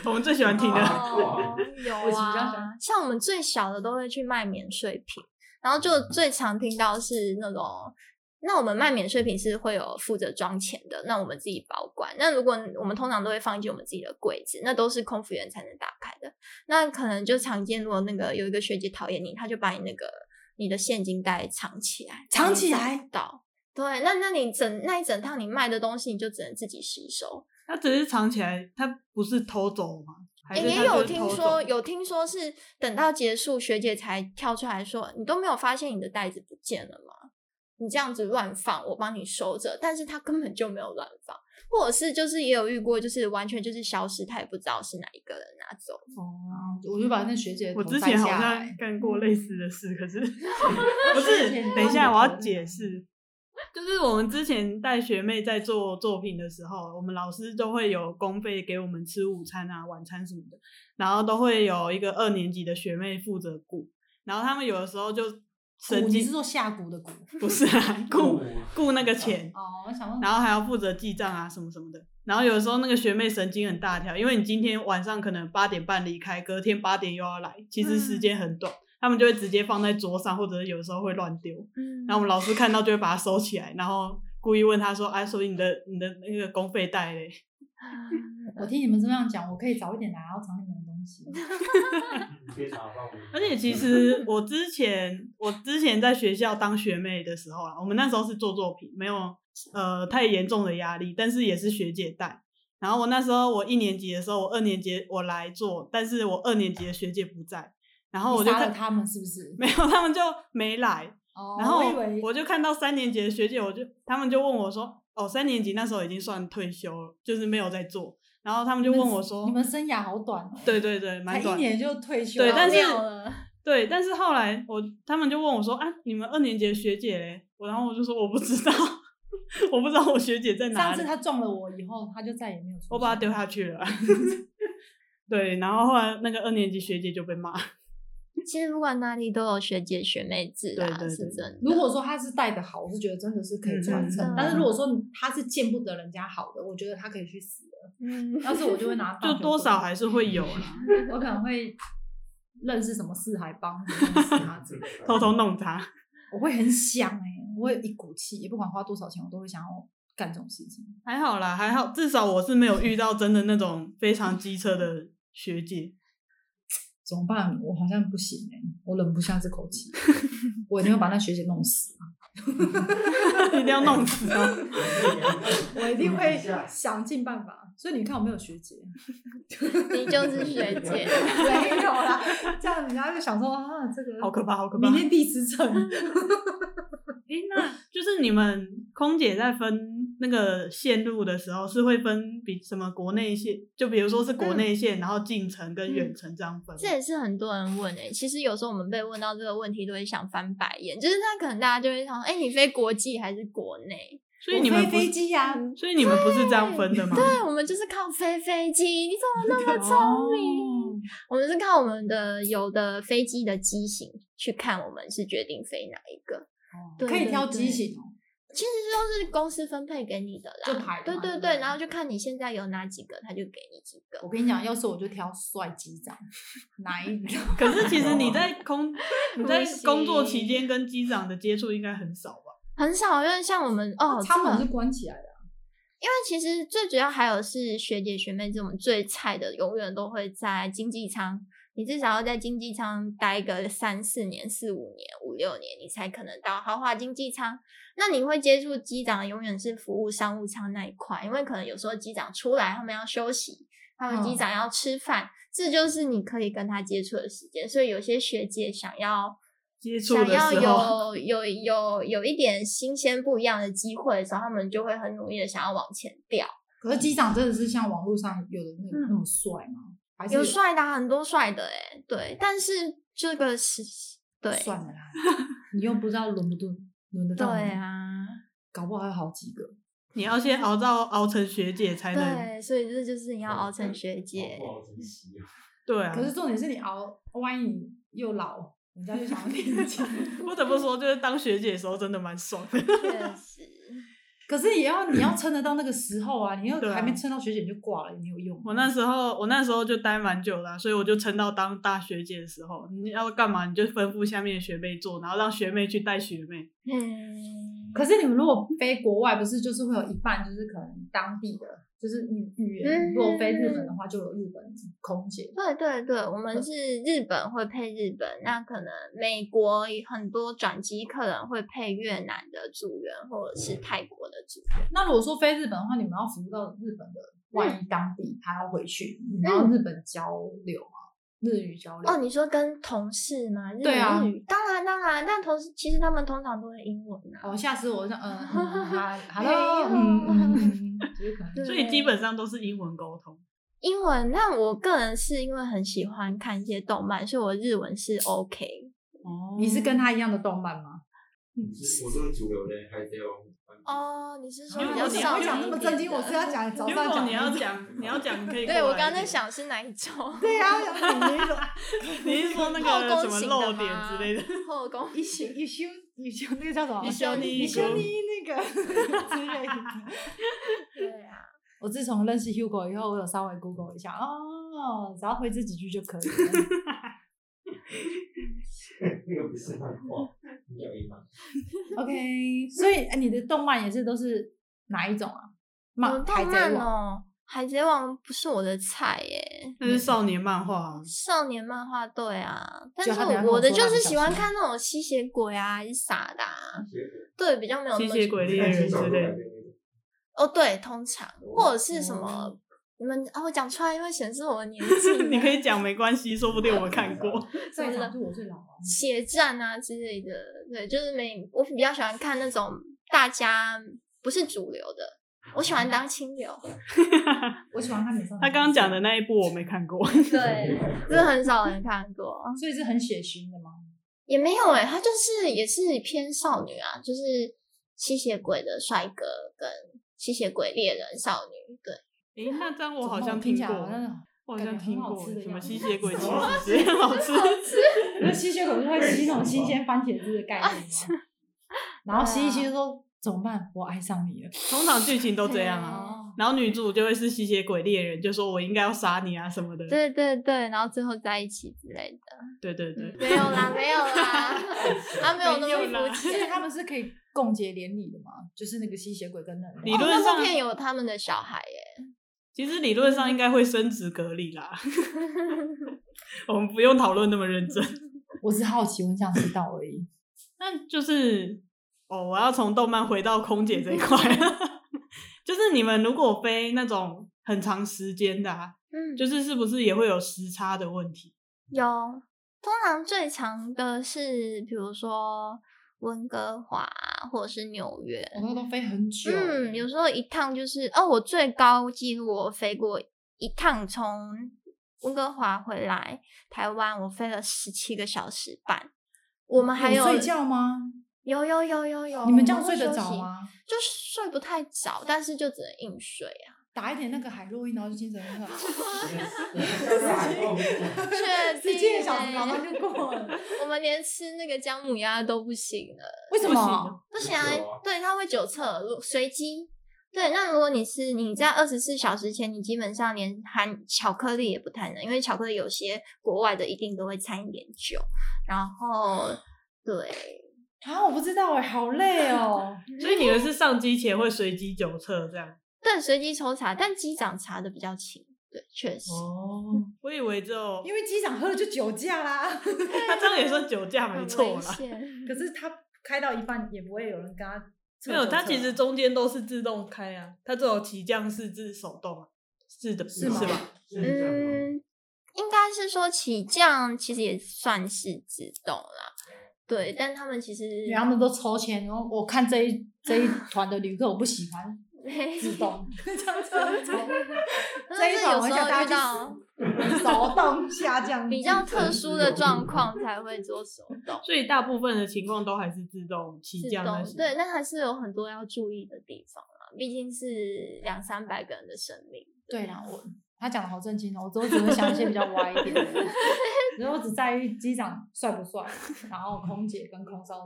[SPEAKER 2] 我们最喜欢听的。
[SPEAKER 1] 哦， 有
[SPEAKER 3] 我其实比较喜
[SPEAKER 1] 啊
[SPEAKER 3] 欢，
[SPEAKER 1] 像我们最小的都会去卖免税品，然后就
[SPEAKER 3] 嗯
[SPEAKER 1] 最常听到是那种。那我们卖免税品是会有负责装钱的，那我们自己保管。那如果我们通常都会放进我们自己的柜子，那都是空服员才能打开的。那可能就常见，如果那个有一个学姐讨厌你，她就把你那个你的现金袋藏起来，
[SPEAKER 3] 藏
[SPEAKER 1] 让你
[SPEAKER 3] 起
[SPEAKER 1] 找
[SPEAKER 3] 来
[SPEAKER 1] 不到。对，那那你整那一整趟你卖的东西，你就只能自己吸收。
[SPEAKER 2] 他只是藏起来，他不是偷走吗？还
[SPEAKER 1] 欸
[SPEAKER 2] 是他
[SPEAKER 1] 也有
[SPEAKER 2] 就是
[SPEAKER 1] 听
[SPEAKER 2] 偷
[SPEAKER 1] 说，
[SPEAKER 2] 走
[SPEAKER 1] 有听说是等到结束，学姐才跳出来说：“你都没有发现你的袋子不见了吗？你这样子乱放，我帮你收着。”但是她根本就没有乱放，或者是就是也有遇过，就是完全就是消失，他也不知道是哪一个人拿走。
[SPEAKER 3] 哦，我就把那学姐的
[SPEAKER 2] 我
[SPEAKER 3] 头
[SPEAKER 2] 之
[SPEAKER 3] 翻
[SPEAKER 2] 前好
[SPEAKER 3] 下来嗯
[SPEAKER 2] 像干过类似的事， 可是不是？等一下，我要解释，就是我们之前带学妹在做作品的时候，我们老师都会有公费给我们吃午餐啊、晚餐什么的，然后都会有一个二年级的学妹负责顾，然后他们有的时候就神
[SPEAKER 3] 骨哦你
[SPEAKER 2] 经
[SPEAKER 3] 是做下蛊的蛊
[SPEAKER 2] 不是 啊，顾顾那个钱，
[SPEAKER 3] 哦，我想问，
[SPEAKER 2] 然后还要负责记账啊什么什么的。然后有的时候那个学妹神经很大条，因为你今天晚上可能八点半离开，隔天八点又要来，其实时间很短，他们就会直接放在桌上，或者是有时候会乱丢。
[SPEAKER 1] 嗯
[SPEAKER 2] 然后我们老师看到就会把它收起来，然后故意问他说：“哎，所以你的你的那个公费袋嘞
[SPEAKER 3] 我听你们这么样讲，我可以早一点来，然后藏你们的东西。
[SPEAKER 4] 非常棒。？”
[SPEAKER 2] 而且其 实我之前我之前在学校当学妹的时候啊，我们那时候是做作品，没有呃太严重的压力，但是也是学姐带。然后我那时候我一年级的时候，我二年级我来做，但是我二年级的学姐不在，然后我
[SPEAKER 3] 你
[SPEAKER 2] 就
[SPEAKER 3] 杀了
[SPEAKER 2] 看
[SPEAKER 3] 他们是不是？
[SPEAKER 2] 没有，他们就没来。
[SPEAKER 3] 哦，
[SPEAKER 2] 然后
[SPEAKER 3] 我以为
[SPEAKER 2] 我就看到三年级的学姐，我就他们就问我说：“哦，三年级那时候已经算退休了，就是没有在做。”然后他们就
[SPEAKER 3] 你
[SPEAKER 2] 问
[SPEAKER 3] 们
[SPEAKER 2] 我说
[SPEAKER 3] 你们生涯好短哦，：“
[SPEAKER 2] 对对对，
[SPEAKER 3] 才
[SPEAKER 2] 蛮
[SPEAKER 3] 一
[SPEAKER 2] 短的。”
[SPEAKER 3] 年就退休了，
[SPEAKER 2] 对，但是
[SPEAKER 1] 妙了
[SPEAKER 2] 对，但是后来我他们就问我说：“啊，你们二年级的学姐嘞？”我然后我就说：“我不知道， 我不知道我学姐在哪
[SPEAKER 3] 上
[SPEAKER 2] 里。
[SPEAKER 3] 次”他撞了我以后，他就再也没有出现。
[SPEAKER 2] 我把它丢下 去了。对，然后后来那个二年级学姐就被骂。
[SPEAKER 1] 其实不管哪里都有学姐学妹制啦，
[SPEAKER 2] 对对对
[SPEAKER 1] 是真的。
[SPEAKER 3] 如果说他是带的好，我是觉得真的是可以传承。
[SPEAKER 1] 嗯嗯嗯
[SPEAKER 3] 但是如果说他是见不得人家好的，我觉得他可以去死了。
[SPEAKER 1] 嗯，
[SPEAKER 3] 要是我就会拿
[SPEAKER 2] 就多少还是会有啦，
[SPEAKER 3] 我可能会认识什么四海帮，认识他之类的
[SPEAKER 2] 偷偷弄他。
[SPEAKER 3] 我会很想哎、我有一股气，也不管花多少钱，我都会想要干这种事情。
[SPEAKER 2] 还好啦，还好，至少我是没有遇到真的那种非常机车的学姐。
[SPEAKER 3] 怎么办？我好像不行哎、我忍不下这 口气，我一定会把那学姐弄死。
[SPEAKER 2] 一定要弄死 哦！
[SPEAKER 3] 我一
[SPEAKER 2] 嗯
[SPEAKER 3] 定会想尽办法。所以你看，我没有学姐，
[SPEAKER 1] 你就是学姐，
[SPEAKER 3] 没有啦，这样人家就想说啊，这个
[SPEAKER 2] 好可怕，好可怕！
[SPEAKER 3] 明天第十层，
[SPEAKER 2] 诶那哦就是你们空姐在分那个线路的时候，是会分比什么国内线？就比如说是国内线，然后近程跟远程这样分吗。
[SPEAKER 1] 这也是很多人问诶、其实有时候我们被问到这个问题，都会想翻白眼。就是那可能大家就会想，哎、你飞国际还是国内？
[SPEAKER 2] 所以你们
[SPEAKER 3] 我
[SPEAKER 2] 不
[SPEAKER 3] 飞飞
[SPEAKER 2] 是，
[SPEAKER 3] 机 呀、
[SPEAKER 2] 所以你们不是这样分的吗？
[SPEAKER 1] 对，我们就是靠飞飞机。你怎么
[SPEAKER 3] 哦
[SPEAKER 1] 那么聪明？
[SPEAKER 2] 哦，
[SPEAKER 1] 我们是靠我们的有的飞机的机型去看，我们是决定飞哪一个。对
[SPEAKER 3] 可以挑
[SPEAKER 1] 对
[SPEAKER 3] 机
[SPEAKER 1] 对
[SPEAKER 3] 型哦。
[SPEAKER 1] 其实都是公司分配给你的啦，
[SPEAKER 3] 就排的
[SPEAKER 1] 对
[SPEAKER 3] 嘛对
[SPEAKER 1] 对
[SPEAKER 3] 不对
[SPEAKER 1] 对，然后就看你现在有哪几个，他就给你几个。
[SPEAKER 3] 我跟你讲，要是我就挑帅机长，哪一种？
[SPEAKER 2] 可是其实你在空，你在
[SPEAKER 3] 不行
[SPEAKER 2] 工作期间跟机长的接触应该很少吧？
[SPEAKER 1] 很少，因为像我们哦，
[SPEAKER 3] 舱
[SPEAKER 1] 这么
[SPEAKER 3] 门是关起来的啊，
[SPEAKER 1] 因为其实最主要还有是学姐学妹这种最菜的，永远都会在经济舱。你至少要在经济舱待个三四年、四五年、五六年，你才可能到豪华经济舱。那你会接触机长，永远是服务商务舱那一块，因为可能有时候机长出来，他们要休息，他们机
[SPEAKER 3] 嗯
[SPEAKER 1] 长要吃饭，这就是你可以跟他接触的时间。所以有些学姐想要
[SPEAKER 2] 接触
[SPEAKER 1] 想
[SPEAKER 2] 的
[SPEAKER 1] 要
[SPEAKER 2] 时候，
[SPEAKER 1] 有有有有一点新鲜不一样的机会的时候，他们就会很努力的想要往前调。
[SPEAKER 3] 可是机长真的是像网络上有的那个那么嗯帅吗？还是
[SPEAKER 1] 有帅的啊、很多帅的哎、对，但是这个是，对
[SPEAKER 3] 算了啦，你又不知道轮不轮轮得
[SPEAKER 1] 对
[SPEAKER 3] 到，，
[SPEAKER 1] 啊，
[SPEAKER 3] 搞不好还有好几个。
[SPEAKER 2] 你要先熬到熬成学姐才能
[SPEAKER 1] 对，所以这就是你要熬成
[SPEAKER 3] 哦
[SPEAKER 1] 学姐，
[SPEAKER 4] 好不好珍惜啊！
[SPEAKER 2] 对啊。
[SPEAKER 3] 可是重点是你熬，万一你又老，人家就想要年轻。
[SPEAKER 2] 不得不说，就是当学姐的时候真的蛮爽的。
[SPEAKER 3] 哦
[SPEAKER 1] 确实，
[SPEAKER 3] 可是也要你要撑得到那个时候啊，你又
[SPEAKER 2] 对啊
[SPEAKER 3] 还没撑到学姐你就挂了，也没有用。啊
[SPEAKER 2] 我那时候，我那时候就待蛮久的啊、所以我就撑到当大学姐的时候。你要干嘛，你就吩咐下面的学妹做，然后让学妹去带学妹。
[SPEAKER 1] 嗯，
[SPEAKER 3] 可是你们如果飞国外，不是就是会有一半就是可能当地的，就是语语言。
[SPEAKER 1] 嗯
[SPEAKER 3] 如果飞日本的话，就有日本空姐。
[SPEAKER 1] 对对对，我们是日本会配日本，那可能美国也很多转机客人会配越南的组员或者是泰国的组员，
[SPEAKER 3] 那如果说飞日本的话，你们要
[SPEAKER 6] 嗯
[SPEAKER 3] 服务到日本的，万一当地他要回去，你们要日本交流吗？日语交流。
[SPEAKER 1] 哦，你说跟同事吗？日
[SPEAKER 3] 对啊
[SPEAKER 1] 日语当然当然，但同事其实他们通常都是英文啊。
[SPEAKER 3] 哦，下次我想，嗯，哈
[SPEAKER 1] 没有
[SPEAKER 3] ，hello，嗯嗯嗯，就是 可能
[SPEAKER 1] 对
[SPEAKER 2] 所以基本上都是英文沟通。
[SPEAKER 1] 英文，那我个人是因为很喜欢看一些动漫，所以我日文是 OK。
[SPEAKER 2] 哦
[SPEAKER 3] 你是跟他一样的动漫吗？
[SPEAKER 4] 我这种主流的还得要
[SPEAKER 1] 哦，你是说
[SPEAKER 2] 因为
[SPEAKER 1] 比较
[SPEAKER 2] 我
[SPEAKER 1] 少
[SPEAKER 2] 我
[SPEAKER 1] 人
[SPEAKER 2] 讲那
[SPEAKER 1] 一
[SPEAKER 6] 么
[SPEAKER 1] 点
[SPEAKER 6] 震惊，
[SPEAKER 1] 的
[SPEAKER 6] 我是要讲早
[SPEAKER 2] 如
[SPEAKER 6] 上
[SPEAKER 2] 果
[SPEAKER 6] 讲。
[SPEAKER 2] 你要讲，你要讲 可以。
[SPEAKER 1] 对我刚刚在，想是哪一种？
[SPEAKER 6] 对呀、啊，你那种
[SPEAKER 2] 你是说那个
[SPEAKER 1] 后
[SPEAKER 2] 什
[SPEAKER 1] 宫
[SPEAKER 2] 么
[SPEAKER 1] 型
[SPEAKER 2] 漏
[SPEAKER 1] 的
[SPEAKER 2] 点之类的？
[SPEAKER 1] 吗，后 宫
[SPEAKER 6] 一休一休一休那个叫什么？
[SPEAKER 2] 一休
[SPEAKER 1] 你
[SPEAKER 6] 一休
[SPEAKER 2] 一
[SPEAKER 6] 你那个之类的。
[SPEAKER 1] 对啊，
[SPEAKER 3] 我自从认识 Hugo 以后，我有稍微 Google 一下哦，只要会这几句就可以了。
[SPEAKER 4] 那个不是漫画，你有一吗？
[SPEAKER 3] OK，所以哎你的动漫也是都是哪一种啊？
[SPEAKER 1] 有
[SPEAKER 3] 漫海
[SPEAKER 1] 动
[SPEAKER 3] 贼
[SPEAKER 1] 漫
[SPEAKER 3] 王，
[SPEAKER 1] 哦，《海贼王》不是我的菜耶，
[SPEAKER 2] 那是少年漫画。啊
[SPEAKER 1] 少年漫画对啊，但
[SPEAKER 3] 就他等下
[SPEAKER 1] 是
[SPEAKER 3] 跟我
[SPEAKER 1] 我的
[SPEAKER 3] 说
[SPEAKER 1] 就
[SPEAKER 3] 蜡笔
[SPEAKER 1] 是
[SPEAKER 3] 小
[SPEAKER 1] 喜欢
[SPEAKER 3] 新
[SPEAKER 1] 看那种吸血鬼啊，还是啥的、啊，对，比较没有那
[SPEAKER 2] 吸
[SPEAKER 1] 么
[SPEAKER 2] 血鬼猎人之类 的，
[SPEAKER 1] 哦，对，通常或者是什
[SPEAKER 3] 哦
[SPEAKER 1] 么。你们啊，我讲出来会显示我的年纪呢，
[SPEAKER 2] 你可以讲没关系，说不定我们看 过。
[SPEAKER 3] 在
[SPEAKER 1] 真的
[SPEAKER 3] 场是我最老啊。
[SPEAKER 1] 血战啊之类的，对，就是每我比较喜欢看那种大家不是主流的，我喜欢当清流，
[SPEAKER 3] 我喜欢看美少女。啊
[SPEAKER 2] 他刚刚讲的，那一部我没看过，
[SPEAKER 1] 对，真的很少人看过，
[SPEAKER 3] 所以是很血腥的吗？
[SPEAKER 1] 也没有哎、他就是也是偏少女啊，就是吸血鬼的帅哥跟吸血鬼猎人少女，对，
[SPEAKER 2] 诶，那这 样我好
[SPEAKER 3] 怎么
[SPEAKER 2] 像
[SPEAKER 3] 听
[SPEAKER 2] 听
[SPEAKER 3] 起来
[SPEAKER 2] 过
[SPEAKER 3] 好，像
[SPEAKER 2] 我好像听
[SPEAKER 3] 感觉很好
[SPEAKER 2] 过
[SPEAKER 3] 吃的
[SPEAKER 2] 什么
[SPEAKER 3] 样子
[SPEAKER 2] 吸血鬼骑士，很好吃。
[SPEAKER 3] 那吸血鬼不是会吸那种新鲜番茄汁的概念吗？ 然后吸一吸
[SPEAKER 1] 啊
[SPEAKER 3] 就说怎么办？我爱上你了。
[SPEAKER 2] 通常剧情都这样啊。
[SPEAKER 3] 哦，
[SPEAKER 2] 然后女主就会是吸血鬼猎人，就说我应该要杀你啊什么的。
[SPEAKER 1] 对对对，然后最后在一起之类的，
[SPEAKER 2] 对对对，
[SPEAKER 1] 没
[SPEAKER 3] 嗯
[SPEAKER 1] 有啦，没有 啦，他没有那
[SPEAKER 2] 嗯没有啦
[SPEAKER 1] 么肤
[SPEAKER 3] 而且
[SPEAKER 1] 浅。
[SPEAKER 3] 他们是可以共结连理的嘛，就是那个吸血鬼跟那个
[SPEAKER 2] 理
[SPEAKER 1] 哦
[SPEAKER 2] 论
[SPEAKER 1] 那部
[SPEAKER 2] 上
[SPEAKER 1] 片有他们的小孩欸耶，
[SPEAKER 2] 其实理论上应该会升职隔离啦。 我们不用讨论那么认真。
[SPEAKER 3] 我只好奇，我很想知道而已。
[SPEAKER 2] 那就是哦，我要从动漫回到空姐这一块， 就是你们如果飞那种很长时间的、啊，
[SPEAKER 1] 嗯，
[SPEAKER 2] 就是是不是也会有时差的问题？
[SPEAKER 1] 有，通常最长的是比如说温哥华或者是纽约，
[SPEAKER 3] 我都都飞很久，
[SPEAKER 1] 嗯，有时候一趟就是哦，我最高记录我飞过一趟从温哥华回来台湾，我飞了十七个小时半。我们还有
[SPEAKER 3] 哎睡觉吗？
[SPEAKER 1] 有有有有有，
[SPEAKER 3] 你们
[SPEAKER 1] 我
[SPEAKER 3] 这样
[SPEAKER 1] 会
[SPEAKER 3] 睡得
[SPEAKER 1] 休
[SPEAKER 3] 着
[SPEAKER 1] 息？
[SPEAKER 3] 吗？
[SPEAKER 1] 就睡不太着，但是就只能硬睡啊。
[SPEAKER 3] 打一点那个海洛因，然后就精神很好。
[SPEAKER 1] 确
[SPEAKER 3] 十七个小时
[SPEAKER 1] 定
[SPEAKER 3] 马上
[SPEAKER 1] 欸
[SPEAKER 3] 就过了，
[SPEAKER 1] 我们连吃那个姜母鸭都不行了。
[SPEAKER 3] 为什
[SPEAKER 2] 不行
[SPEAKER 3] 么？
[SPEAKER 1] 不行啊
[SPEAKER 4] 久啊，
[SPEAKER 1] 对，它会九测如随机。对，那如果你是你在二十四小时前，你基本上连含巧克力也不太能，因为巧克力有些国外的一定都会掺一点酒。然后，对，
[SPEAKER 3] 啊，我不知道哎，好累 哦。
[SPEAKER 2] 所以你们是上机前会随机酒测这样？
[SPEAKER 1] 但随机抽查，但机长查的比较勤。对，确实，
[SPEAKER 2] 哦，我以为只有
[SPEAKER 3] 因为机长喝了就酒驾啦，
[SPEAKER 2] 他这样也算酒驾
[SPEAKER 1] 很
[SPEAKER 2] 没
[SPEAKER 1] 危
[SPEAKER 2] 错啦。
[SPEAKER 1] 险。
[SPEAKER 3] 可是他开到一半也不会有人跟他。
[SPEAKER 2] 没有，它其实中间都是自动开啊，它只有起降是自手动啊，是的，
[SPEAKER 3] 是吗
[SPEAKER 2] 是啊吧？
[SPEAKER 1] 嗯，应该是说起降其实也算是自动啦。对，但他们其实
[SPEAKER 3] 然后他们都抽签，然后我看这一这一团的旅客我不喜欢，自动
[SPEAKER 6] 这样子
[SPEAKER 1] 但
[SPEAKER 6] 这一
[SPEAKER 1] 是
[SPEAKER 6] 种
[SPEAKER 1] 有
[SPEAKER 6] 我
[SPEAKER 1] 时
[SPEAKER 6] 想大家
[SPEAKER 1] 候遇
[SPEAKER 6] 去
[SPEAKER 1] 到。
[SPEAKER 6] 手动下降，
[SPEAKER 1] 比较特殊的状况才会做手动
[SPEAKER 2] 所以大部分的情况都还是自动起
[SPEAKER 1] 自
[SPEAKER 2] 降那
[SPEAKER 1] 动，
[SPEAKER 2] 些。
[SPEAKER 1] 对，那还是有很多要注意的地方啦，毕竟是两三百个人的生命。啊
[SPEAKER 3] 对啊啦，我他讲的好正经哦，我都只会想一些比较歪一点的， 然后我只在于机长帅不帅，然后空姐跟空少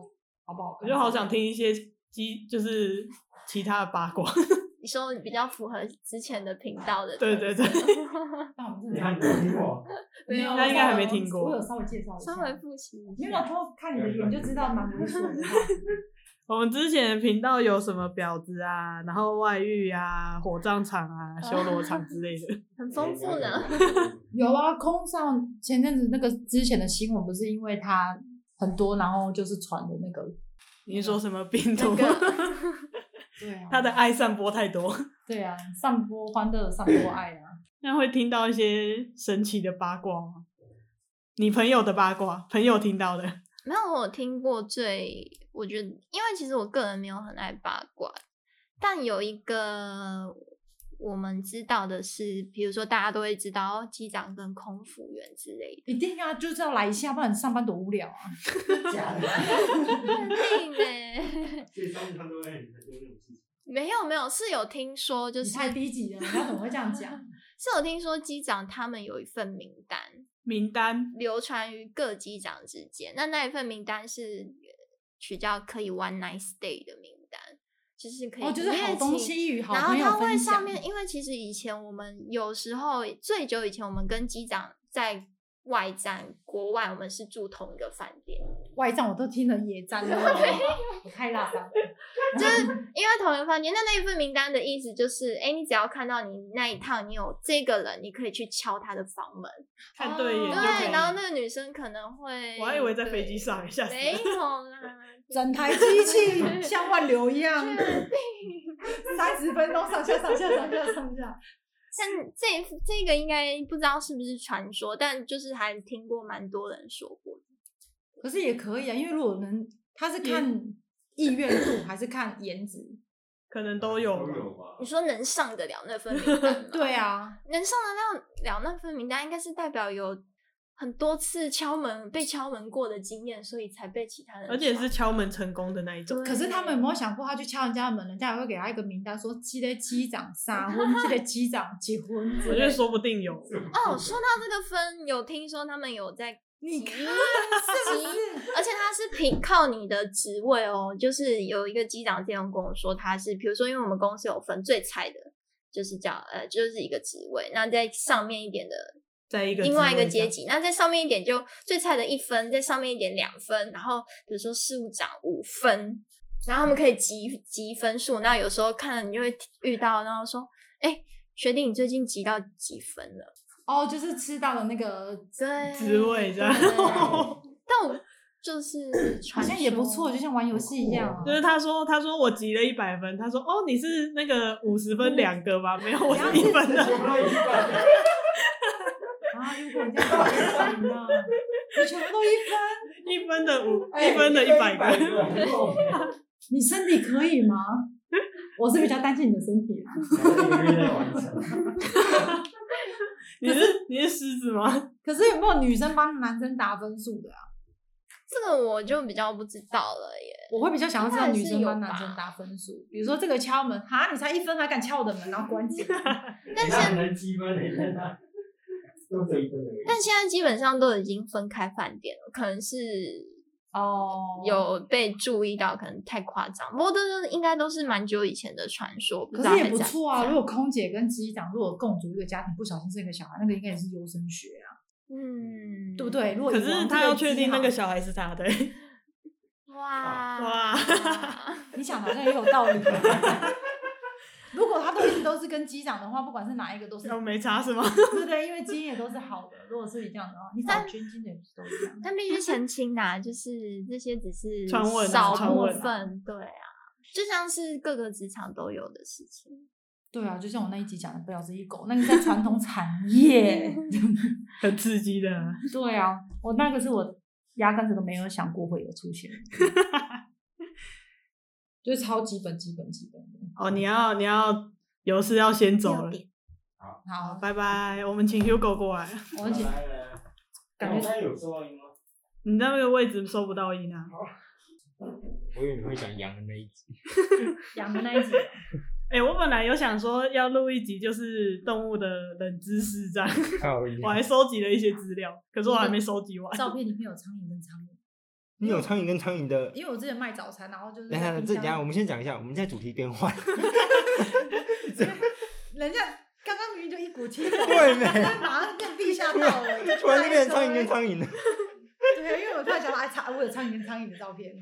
[SPEAKER 3] 好不好
[SPEAKER 2] 我
[SPEAKER 3] 看。
[SPEAKER 2] 就好想听一些机，就是其他的八卦。
[SPEAKER 1] 你说比较符合之前的频道的，
[SPEAKER 2] 对对对，
[SPEAKER 3] 但我们真
[SPEAKER 4] 你
[SPEAKER 3] 的
[SPEAKER 4] 还没听过？
[SPEAKER 1] 没有
[SPEAKER 3] 有，
[SPEAKER 1] 他应该
[SPEAKER 2] 还没听过
[SPEAKER 3] 我有稍微介绍一下，
[SPEAKER 1] 稍微复习一
[SPEAKER 3] 没有
[SPEAKER 1] 下。
[SPEAKER 3] 他看你的脸就知道蛮猥琐的。
[SPEAKER 2] 我们之前的频道有什么婊子啊，然后外遇啊、火葬场啊、修罗场之类 的。
[SPEAKER 1] 很丰富呢。
[SPEAKER 3] 有啊，空少前阵子那个之前的新闻不是因为他很多，然后就是传的那个，
[SPEAKER 2] 你说什么病毒
[SPEAKER 1] 那？个
[SPEAKER 3] 对啊，
[SPEAKER 2] 他的爱散播太多，
[SPEAKER 3] 对啊，散播欢乐，散播爱啊。
[SPEAKER 2] 那会听到一些神奇的八卦吗？你朋友的八卦，朋友听到的。
[SPEAKER 1] 没有，我听过最，我觉得，因为其实我个人没有很爱八卦，但有一个我们知道的是，比如说大家都会知道哦机长跟空服员之类
[SPEAKER 3] 一定啊，就是要来一下，不然上班多无聊啊！
[SPEAKER 4] 假的，
[SPEAKER 1] 的，肯定的。
[SPEAKER 4] 所以上面他都会很很多那种事情。
[SPEAKER 1] 没有没有，是有听说，就
[SPEAKER 3] 你
[SPEAKER 1] 是
[SPEAKER 3] 太低级了，你要怎么会这样讲？
[SPEAKER 1] 是有听说机长他们有一份名单，
[SPEAKER 2] 名单
[SPEAKER 1] 流传于各机长之间。那那一份名单是呃取叫可以 one night stay 的名单，就是可以
[SPEAKER 3] 哦，就是
[SPEAKER 1] 一夜
[SPEAKER 3] 好东
[SPEAKER 1] 情
[SPEAKER 3] 西与好
[SPEAKER 1] 然后
[SPEAKER 3] 朋友
[SPEAKER 1] 它会
[SPEAKER 3] 分
[SPEAKER 1] 上
[SPEAKER 3] 享。
[SPEAKER 1] 面，因为其实以前我们有时候最久以前，我们跟机长在外站国外，我们是住同一个饭店，
[SPEAKER 3] 外站我都听了野战了， 我太辣了。
[SPEAKER 1] 因为同一个饭店。那那一份名单的意思就是，哎，你只要看到你那一趟，你有这个人，你可以去敲他的房门。
[SPEAKER 2] 看对眼
[SPEAKER 3] 哦
[SPEAKER 2] 就可以
[SPEAKER 1] 对，然后那个女生可能会，
[SPEAKER 2] 我还以为在飞
[SPEAKER 1] 对
[SPEAKER 2] 机上一下死
[SPEAKER 1] 没有啦，
[SPEAKER 7] 整台机 器像万流一样，
[SPEAKER 1] 啊
[SPEAKER 7] 三十分钟上下上下上下上 下。
[SPEAKER 1] 像这这个应该不知道是不是传说，但就是还听过蛮多人说过。
[SPEAKER 3] 可是也可以啊，因为如果能，他是看意愿度还是看颜 值？
[SPEAKER 2] 可能都有
[SPEAKER 4] 都
[SPEAKER 2] 吧。
[SPEAKER 4] 有吧
[SPEAKER 1] 你？说能上得了那份名单 吗？
[SPEAKER 3] 对啊，
[SPEAKER 1] 能上得了了那份名单，应该是代表有很多次敲门被敲门过的经验，所以才被其他人敲。
[SPEAKER 2] 而且是敲门成功的那一种。
[SPEAKER 1] 对
[SPEAKER 3] 可是他们有没有想过，他去敲人家的门，人家也会给他一个名单，说记得机长杀婚，记得机长结婚之
[SPEAKER 2] 我
[SPEAKER 3] 类
[SPEAKER 2] 觉 得
[SPEAKER 3] 的。
[SPEAKER 2] 说不定有，
[SPEAKER 1] 哦，说到这个分，有听说他们有在。
[SPEAKER 3] 你
[SPEAKER 1] 看，而且他是凭靠你的职位哦，就是有一个机长这样跟我说，他是比如说，因为我们公司有分最菜的，就是叫呃，就是一个职位，那在上面一点的
[SPEAKER 2] 在一个
[SPEAKER 1] 另外一
[SPEAKER 2] 职
[SPEAKER 1] 个
[SPEAKER 2] 位上
[SPEAKER 1] 阶级，那在上面一点就最菜的一分，在上面一点两分，然后比如说事务长五分，然后他们可以积积分数。那有时候看了你就会遇到，然后说，哎、学弟你最近积到几分了？
[SPEAKER 3] 哦，就是吃到的那个，
[SPEAKER 1] 对，
[SPEAKER 2] 职位这样，
[SPEAKER 1] 对但我就是
[SPEAKER 3] 好
[SPEAKER 1] 传
[SPEAKER 3] 像也不错，
[SPEAKER 1] 说
[SPEAKER 3] 就像玩游戏一样啊。
[SPEAKER 2] 就是他说他说我集了一百分，他说哦你是那个五十分两个吧？没有，我是一分的。
[SPEAKER 4] 全部都一半，
[SPEAKER 3] 啊，如果你这样搞不行啊，你全部都一分，
[SPEAKER 2] 一分的五，
[SPEAKER 4] 哎
[SPEAKER 2] 一分的一百个。
[SPEAKER 3] 你身体可以吗？我是比较担心你的身体啊。
[SPEAKER 4] 一个在完成。
[SPEAKER 2] 你是你是狮子吗？
[SPEAKER 3] 可是有没有女生帮男生打分数的啊？
[SPEAKER 1] 这个我就比较不知道了耶。
[SPEAKER 3] 我会比较想要知道女生帮
[SPEAKER 1] 应
[SPEAKER 3] 男
[SPEAKER 1] 该还是有
[SPEAKER 3] 生
[SPEAKER 1] 吧
[SPEAKER 3] 打分数，比如说这个敲门，哈，你才一分还敢敲我的门，然后关起来。
[SPEAKER 4] 但是能积分的人啊，都得一分而已。
[SPEAKER 1] 但现在基本上都已经分开饭店了，可能是
[SPEAKER 3] 哦，
[SPEAKER 1] 有被注意到，可能太夸张。不过这都是应该都是蛮久以前的传说，不
[SPEAKER 3] 可
[SPEAKER 1] 知道
[SPEAKER 3] 是也
[SPEAKER 1] 还
[SPEAKER 3] 不
[SPEAKER 1] 在
[SPEAKER 3] 错啊。
[SPEAKER 1] 在
[SPEAKER 3] 如果空姐跟机长如果共组一个家庭，不小心生一个小孩，那个应该也是优生学啊，
[SPEAKER 1] 嗯，
[SPEAKER 3] 对不？对？如果
[SPEAKER 2] 可
[SPEAKER 3] 以往
[SPEAKER 2] 是
[SPEAKER 3] 这
[SPEAKER 2] 他要
[SPEAKER 3] 基
[SPEAKER 2] 确定那
[SPEAKER 3] 行
[SPEAKER 2] 个小孩是他的，
[SPEAKER 1] 哇
[SPEAKER 2] 哇
[SPEAKER 3] 你想好像也有道理。啊 如果他都一直都是跟机长的话，不管是哪一个都是
[SPEAKER 2] 哦没差是吗？
[SPEAKER 3] 对对，因为基因也都是好的。如果是这样的话，你找捐精的也不是都一样。
[SPEAKER 1] 但必须澄清啦、就是这些只是
[SPEAKER 2] 传闻啊
[SPEAKER 1] 少
[SPEAKER 2] 传
[SPEAKER 1] 部
[SPEAKER 2] 闻啊
[SPEAKER 1] 分，对啊，就像是各个职场都有的事情。
[SPEAKER 3] 对啊，就像我那一集讲的，不要是一狗，那个在传统产 业。
[SPEAKER 2] 很刺激的啊。
[SPEAKER 3] 对啊，我那个是我压根子都没有想过会有出现的， 就是超基本、基本、基本的。
[SPEAKER 2] 哦，你要你要有事要先走了
[SPEAKER 1] 六，点
[SPEAKER 3] 好，
[SPEAKER 2] 拜拜。我们请 Hugo 过来，
[SPEAKER 3] 我们请
[SPEAKER 4] 拜拜
[SPEAKER 3] 感觉
[SPEAKER 4] 我刚才有收到音吗？
[SPEAKER 2] 你那个位置收不到音啊。
[SPEAKER 8] 我以为你会讲羊的那一集，
[SPEAKER 3] 养的那一集啊，
[SPEAKER 2] 哎、我本来有想说要录一集就是动物的冷知识这样，
[SPEAKER 8] 靠
[SPEAKER 4] 嗯
[SPEAKER 8] 腰
[SPEAKER 2] 我还收集了一些资料，可是我还没收集完。
[SPEAKER 3] 照片里面有苍蝇跟苍蝇，
[SPEAKER 8] 你有苍蝇跟苍蝇的。
[SPEAKER 3] 因为我之前卖早餐，然后就是
[SPEAKER 8] 等一下，
[SPEAKER 3] 在
[SPEAKER 8] 这
[SPEAKER 3] 冰
[SPEAKER 8] 等一下，
[SPEAKER 3] 箱
[SPEAKER 8] 我们先讲一下，我们现在主题变换，
[SPEAKER 3] 人家刚刚明明就一股气，
[SPEAKER 8] 对没？
[SPEAKER 3] 但马上变地下 道了，就
[SPEAKER 8] 突然就变成
[SPEAKER 3] 拍
[SPEAKER 8] 苍蝇
[SPEAKER 3] 一堆
[SPEAKER 8] 跟苍蝇了。
[SPEAKER 3] 对，因为我突然想到，哎，苍，我有苍蝇跟苍蝇的照片，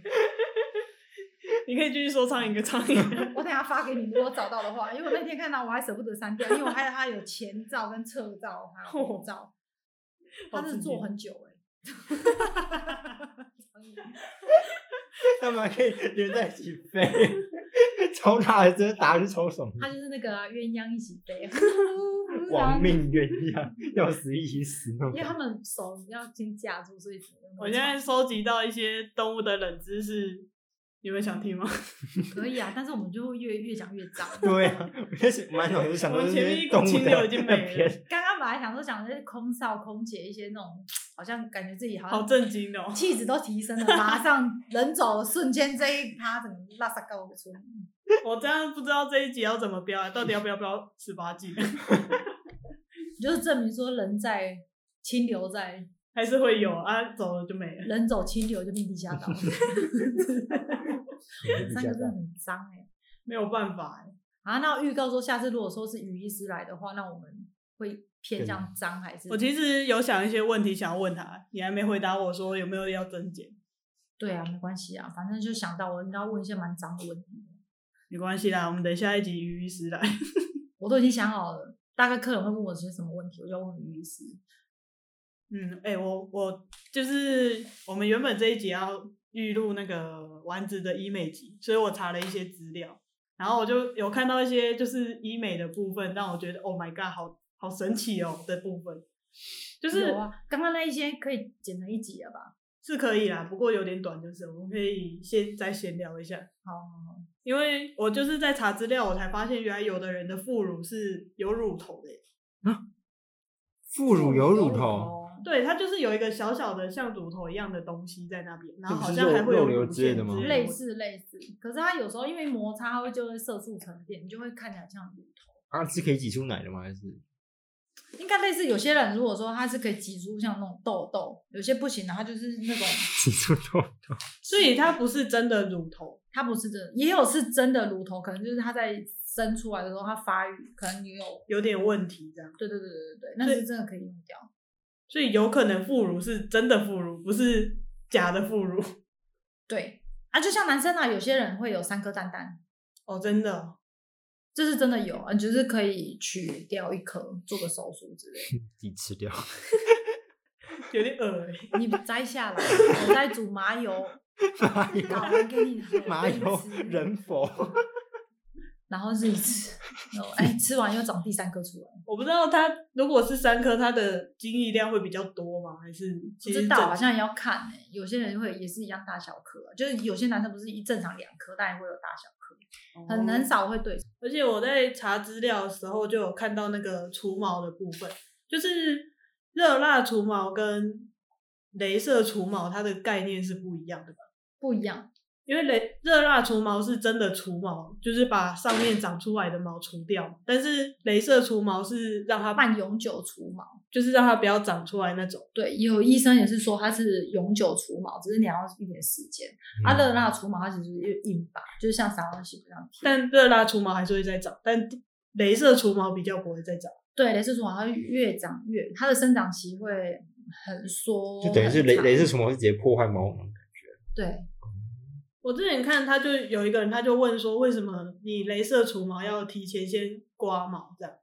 [SPEAKER 2] 你可以继续说苍蝇跟苍 蝇。
[SPEAKER 3] 我等下发给你，如果找到的话，因为我那天看到我还舍不得删掉，因为我还有它有前照跟侧照，还有后
[SPEAKER 2] 哦
[SPEAKER 3] 照，它是做很久哎、欸。
[SPEAKER 4] 干嘛可以连在一起飞？抽哪的直接打去抽什么？
[SPEAKER 3] 他就是那个啊 鸳鸯一起飞，
[SPEAKER 4] 亡命鸳鸯，要死一起死那
[SPEAKER 3] 因为他
[SPEAKER 4] 种。
[SPEAKER 3] 们手要先架住，所以只能
[SPEAKER 2] 我现在收集到一些动物的冷知识，你们想听吗？
[SPEAKER 3] 可以啊，但是我们就会越越讲越脏。
[SPEAKER 4] 对啊，我开始满脑子想
[SPEAKER 2] 我
[SPEAKER 4] 到
[SPEAKER 2] 们
[SPEAKER 4] 这
[SPEAKER 2] 前面一
[SPEAKER 4] 些
[SPEAKER 2] 股
[SPEAKER 4] 动物
[SPEAKER 2] 清
[SPEAKER 4] 的
[SPEAKER 2] 流已经没了
[SPEAKER 4] 片，
[SPEAKER 3] 刚刚本来想说讲的是空少、空姐一些那种，好像感觉自己 好
[SPEAKER 2] 好
[SPEAKER 3] 像
[SPEAKER 2] 震惊哦！
[SPEAKER 3] 气质都提升了，
[SPEAKER 9] 马上人走瞬间，这一趴整个拉萨高出来。
[SPEAKER 2] 我这样不知道这一集要怎么标啊，到底要不要标十八禁？
[SPEAKER 3] 你就是证明说人在清流在，
[SPEAKER 2] 还是会有啊，走了就没了。
[SPEAKER 3] 人走清流就遍地下道。
[SPEAKER 4] 你
[SPEAKER 3] 三个字很脏哎、
[SPEAKER 2] 没有办法欸、
[SPEAKER 3] 啊，那预告说下次如果说是雨医师来的话，那我们会偏向脏还是？
[SPEAKER 2] 我其实有想一些问题想要问他，你还没回答我说有没有要增减，
[SPEAKER 3] 对啊，没关系啊，反正就想到我应该问一些蛮脏的问题的，
[SPEAKER 2] 没关系啦，我们等下一集于医师来。
[SPEAKER 3] 我都已经想好了，大概客人会问我些什么问题，我就要问雨医师。
[SPEAKER 2] 嗯，哎、我我就是我们原本这一集要预录那个丸子的医美集，所以我查了一些资料，然后我就有看到一些就是医美的部分，让我觉得 Oh my God，好好神奇哦的部分，就是、
[SPEAKER 3] 有啊，刚刚那一些可以剪成一集了吧？
[SPEAKER 2] 是可以啦，不过有点短，就是我们可以先再闲聊一下。
[SPEAKER 3] 好好好，
[SPEAKER 2] 因为我就是在查资料，我才发现原来有的人的副乳是有乳头的耶，
[SPEAKER 4] 副乳有乳头，，
[SPEAKER 2] 对，它就是有一个小小的像乳头一样的东西在那边，然后
[SPEAKER 4] 这不
[SPEAKER 2] 好
[SPEAKER 4] 是
[SPEAKER 2] 像还
[SPEAKER 4] 肉
[SPEAKER 2] 会有
[SPEAKER 4] 肉瘤
[SPEAKER 2] 乳
[SPEAKER 4] 之类
[SPEAKER 2] 腺
[SPEAKER 4] 的吗
[SPEAKER 2] 之
[SPEAKER 3] 类
[SPEAKER 2] 的
[SPEAKER 3] 似类似，可是它有时候因为摩擦，它会就会色素沉淀，你就会看起来像乳头。
[SPEAKER 4] 它啊是可以挤出奶的吗？还是
[SPEAKER 3] 应该类似有些人如果说它是可以挤出像那种痘痘，有些不行的，它就是那种
[SPEAKER 4] 挤出豆豆？
[SPEAKER 2] 所以它不是真的乳头，
[SPEAKER 3] 它不是真的，也有是真的乳头，可能就是它在啊生出来的时候它发育，可能你有，
[SPEAKER 2] 有点问题这样，
[SPEAKER 3] 对对对对对，那
[SPEAKER 2] 所以
[SPEAKER 3] 是真的可以用掉。
[SPEAKER 2] 所以有可能副乳是真的副乳，不是假的副乳。
[SPEAKER 3] 对啊，就像男生啊，有些人会有三颗蛋蛋，
[SPEAKER 2] 哦，真的哦，
[SPEAKER 3] 这是真的有，啊，你就是可以取掉一颗，做个手术之类的。
[SPEAKER 4] 自己吃 掉？
[SPEAKER 2] 有点恶欸心。
[SPEAKER 3] 你摘下来，我再煮麻油，
[SPEAKER 4] 麻 油
[SPEAKER 3] 打完给你喝，
[SPEAKER 4] 麻油
[SPEAKER 3] 自己吃
[SPEAKER 4] 人否？
[SPEAKER 3] 然后自己吃，然后哎，吃完又长第三颗出来，
[SPEAKER 2] 我不知道它如果是三颗，它的精液量会比较多吗？还是
[SPEAKER 3] 不
[SPEAKER 2] 其实
[SPEAKER 3] 知道
[SPEAKER 2] 整
[SPEAKER 3] 好像也要看哎、有些人会也是一样大小颗啊、就是有些男生不是一正常两颗，但也会有大小颗，很很少会对。
[SPEAKER 2] 哦而且我在查资料的时候就有看到那个除毛的部分，就是热蜡除毛跟镭射除毛它的概念是不一样的吧？
[SPEAKER 3] 不一样，
[SPEAKER 2] 因为雷热蜡除毛是真的除毛，就是把上面长出来的毛除掉，但是镭射除毛是让它
[SPEAKER 3] 半永久除毛。
[SPEAKER 2] 就是让它不要长出来那种。
[SPEAKER 3] 对，有医生也是说它是永久除毛，只是你要一点时间。阿
[SPEAKER 4] 嗯
[SPEAKER 3] 乐那除毛它其实就是硬拔，就是像散光洗不上贴。
[SPEAKER 2] 但热蜡除毛还是会再长，但镭射除毛比较不会再长。
[SPEAKER 3] 对，镭射除毛它会越长越，它的生长期会很缩，
[SPEAKER 4] 就等于是雷
[SPEAKER 3] 很长
[SPEAKER 4] 雷射除毛是直接破坏毛囊。
[SPEAKER 3] 对，
[SPEAKER 2] 我之前看他就有一个人，他就问说，为什么你镭射除毛要提前先刮毛这样？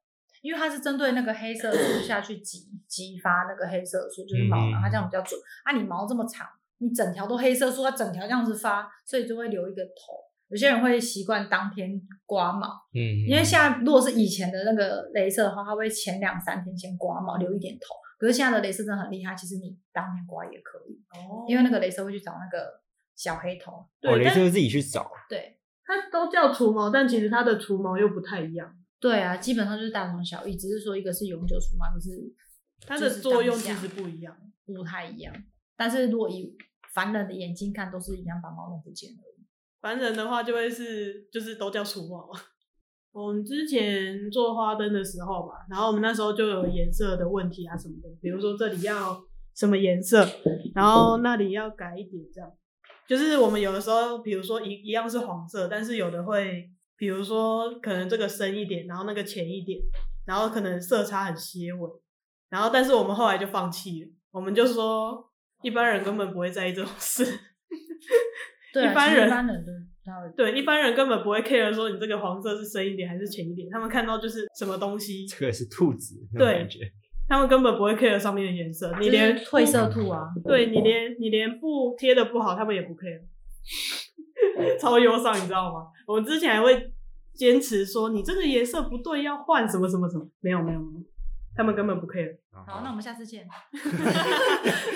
[SPEAKER 3] 因为它是针对那个黑色素下去 激激发那个黑色素，就是毛囊，
[SPEAKER 4] 嗯
[SPEAKER 3] 它这样比较准。啊，你毛这么长，你整条都黑色素，它整条这样子发，所以就会留一个头。有些人会习惯当天刮毛，
[SPEAKER 4] 嗯，
[SPEAKER 3] 因为现在如果是以前的那个镭射的话，它会前两三天先刮毛，留一点头。可是现在的镭射真的很厉害，其实你当天刮也可以，
[SPEAKER 2] 哦
[SPEAKER 3] 因为那个镭射会去找那个小黑头。
[SPEAKER 4] 哦，
[SPEAKER 2] 对
[SPEAKER 4] 雷
[SPEAKER 2] 但
[SPEAKER 4] 射自己去找。
[SPEAKER 3] 对
[SPEAKER 2] 它都叫除毛，但其实它的除毛又不太一样，
[SPEAKER 3] 对啊，基本上就是大同小异，只是说一个是永久除毛，一个是
[SPEAKER 2] 它的
[SPEAKER 3] 就是
[SPEAKER 2] 作用
[SPEAKER 3] 当
[SPEAKER 2] 其
[SPEAKER 3] 下
[SPEAKER 2] 实不一样。
[SPEAKER 3] 不太一样。但是如果以凡人的眼睛看，都是一样把毛弄不见了。
[SPEAKER 2] 凡人的话就会是就是都叫除毛。 我们之前做花灯的时候嘛，然后我们那时候就有颜色的问题啊什么的，比如说这里要什么颜色，然后那里要改一点这样。就是我们有的时候，比如说一一样是黄色，但是有的会，比如说可能这个深一点，然后那个浅一点，然后可能色差很些微，然后但是我们后来就放弃了，我们就说一般人根本不会在意这种事。
[SPEAKER 3] 对啊，
[SPEAKER 2] 一般
[SPEAKER 3] 其实
[SPEAKER 2] 人
[SPEAKER 3] 一般人都他会
[SPEAKER 2] 对，一般人根本不会 care 说你这个黄色是深一点还是浅一点，他们看到就是什么东西，
[SPEAKER 4] 这个是兔子，那
[SPEAKER 2] 对
[SPEAKER 4] 种感觉。
[SPEAKER 2] 他们根本不会 care 上面的颜色。你
[SPEAKER 3] 就是
[SPEAKER 2] 连
[SPEAKER 3] 褪色兔啊，
[SPEAKER 2] 对你连你连布贴的不好，他们也不 care。超忧伤，你知道吗？我们之前还会坚持说你这个颜色不对，要换什么什么什么，没有没有没有，他们根本不 care。
[SPEAKER 4] 哦
[SPEAKER 3] 好，那我们下次见。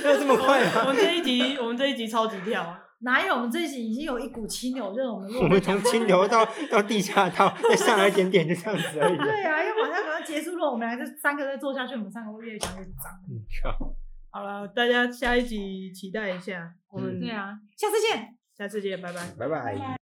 [SPEAKER 4] 要这么快
[SPEAKER 2] 我
[SPEAKER 4] 啊？
[SPEAKER 2] 们这一集，我们这一集超级跳，啊
[SPEAKER 3] 哪有我们这一集已经有一股清流，就是我们 录
[SPEAKER 4] 我们
[SPEAKER 3] 的
[SPEAKER 4] 从清流到到地下道，再上来一点点，就这样子 而已。
[SPEAKER 3] 对啊，因为马上马上结束了，我们还是三个再做下去，我们三个会越讲越脏。
[SPEAKER 4] 你靠，
[SPEAKER 2] 好了，大家下一集期待一下，我们
[SPEAKER 3] 对啊，下次见。
[SPEAKER 2] 下次见，拜拜。
[SPEAKER 4] 嗯拜拜。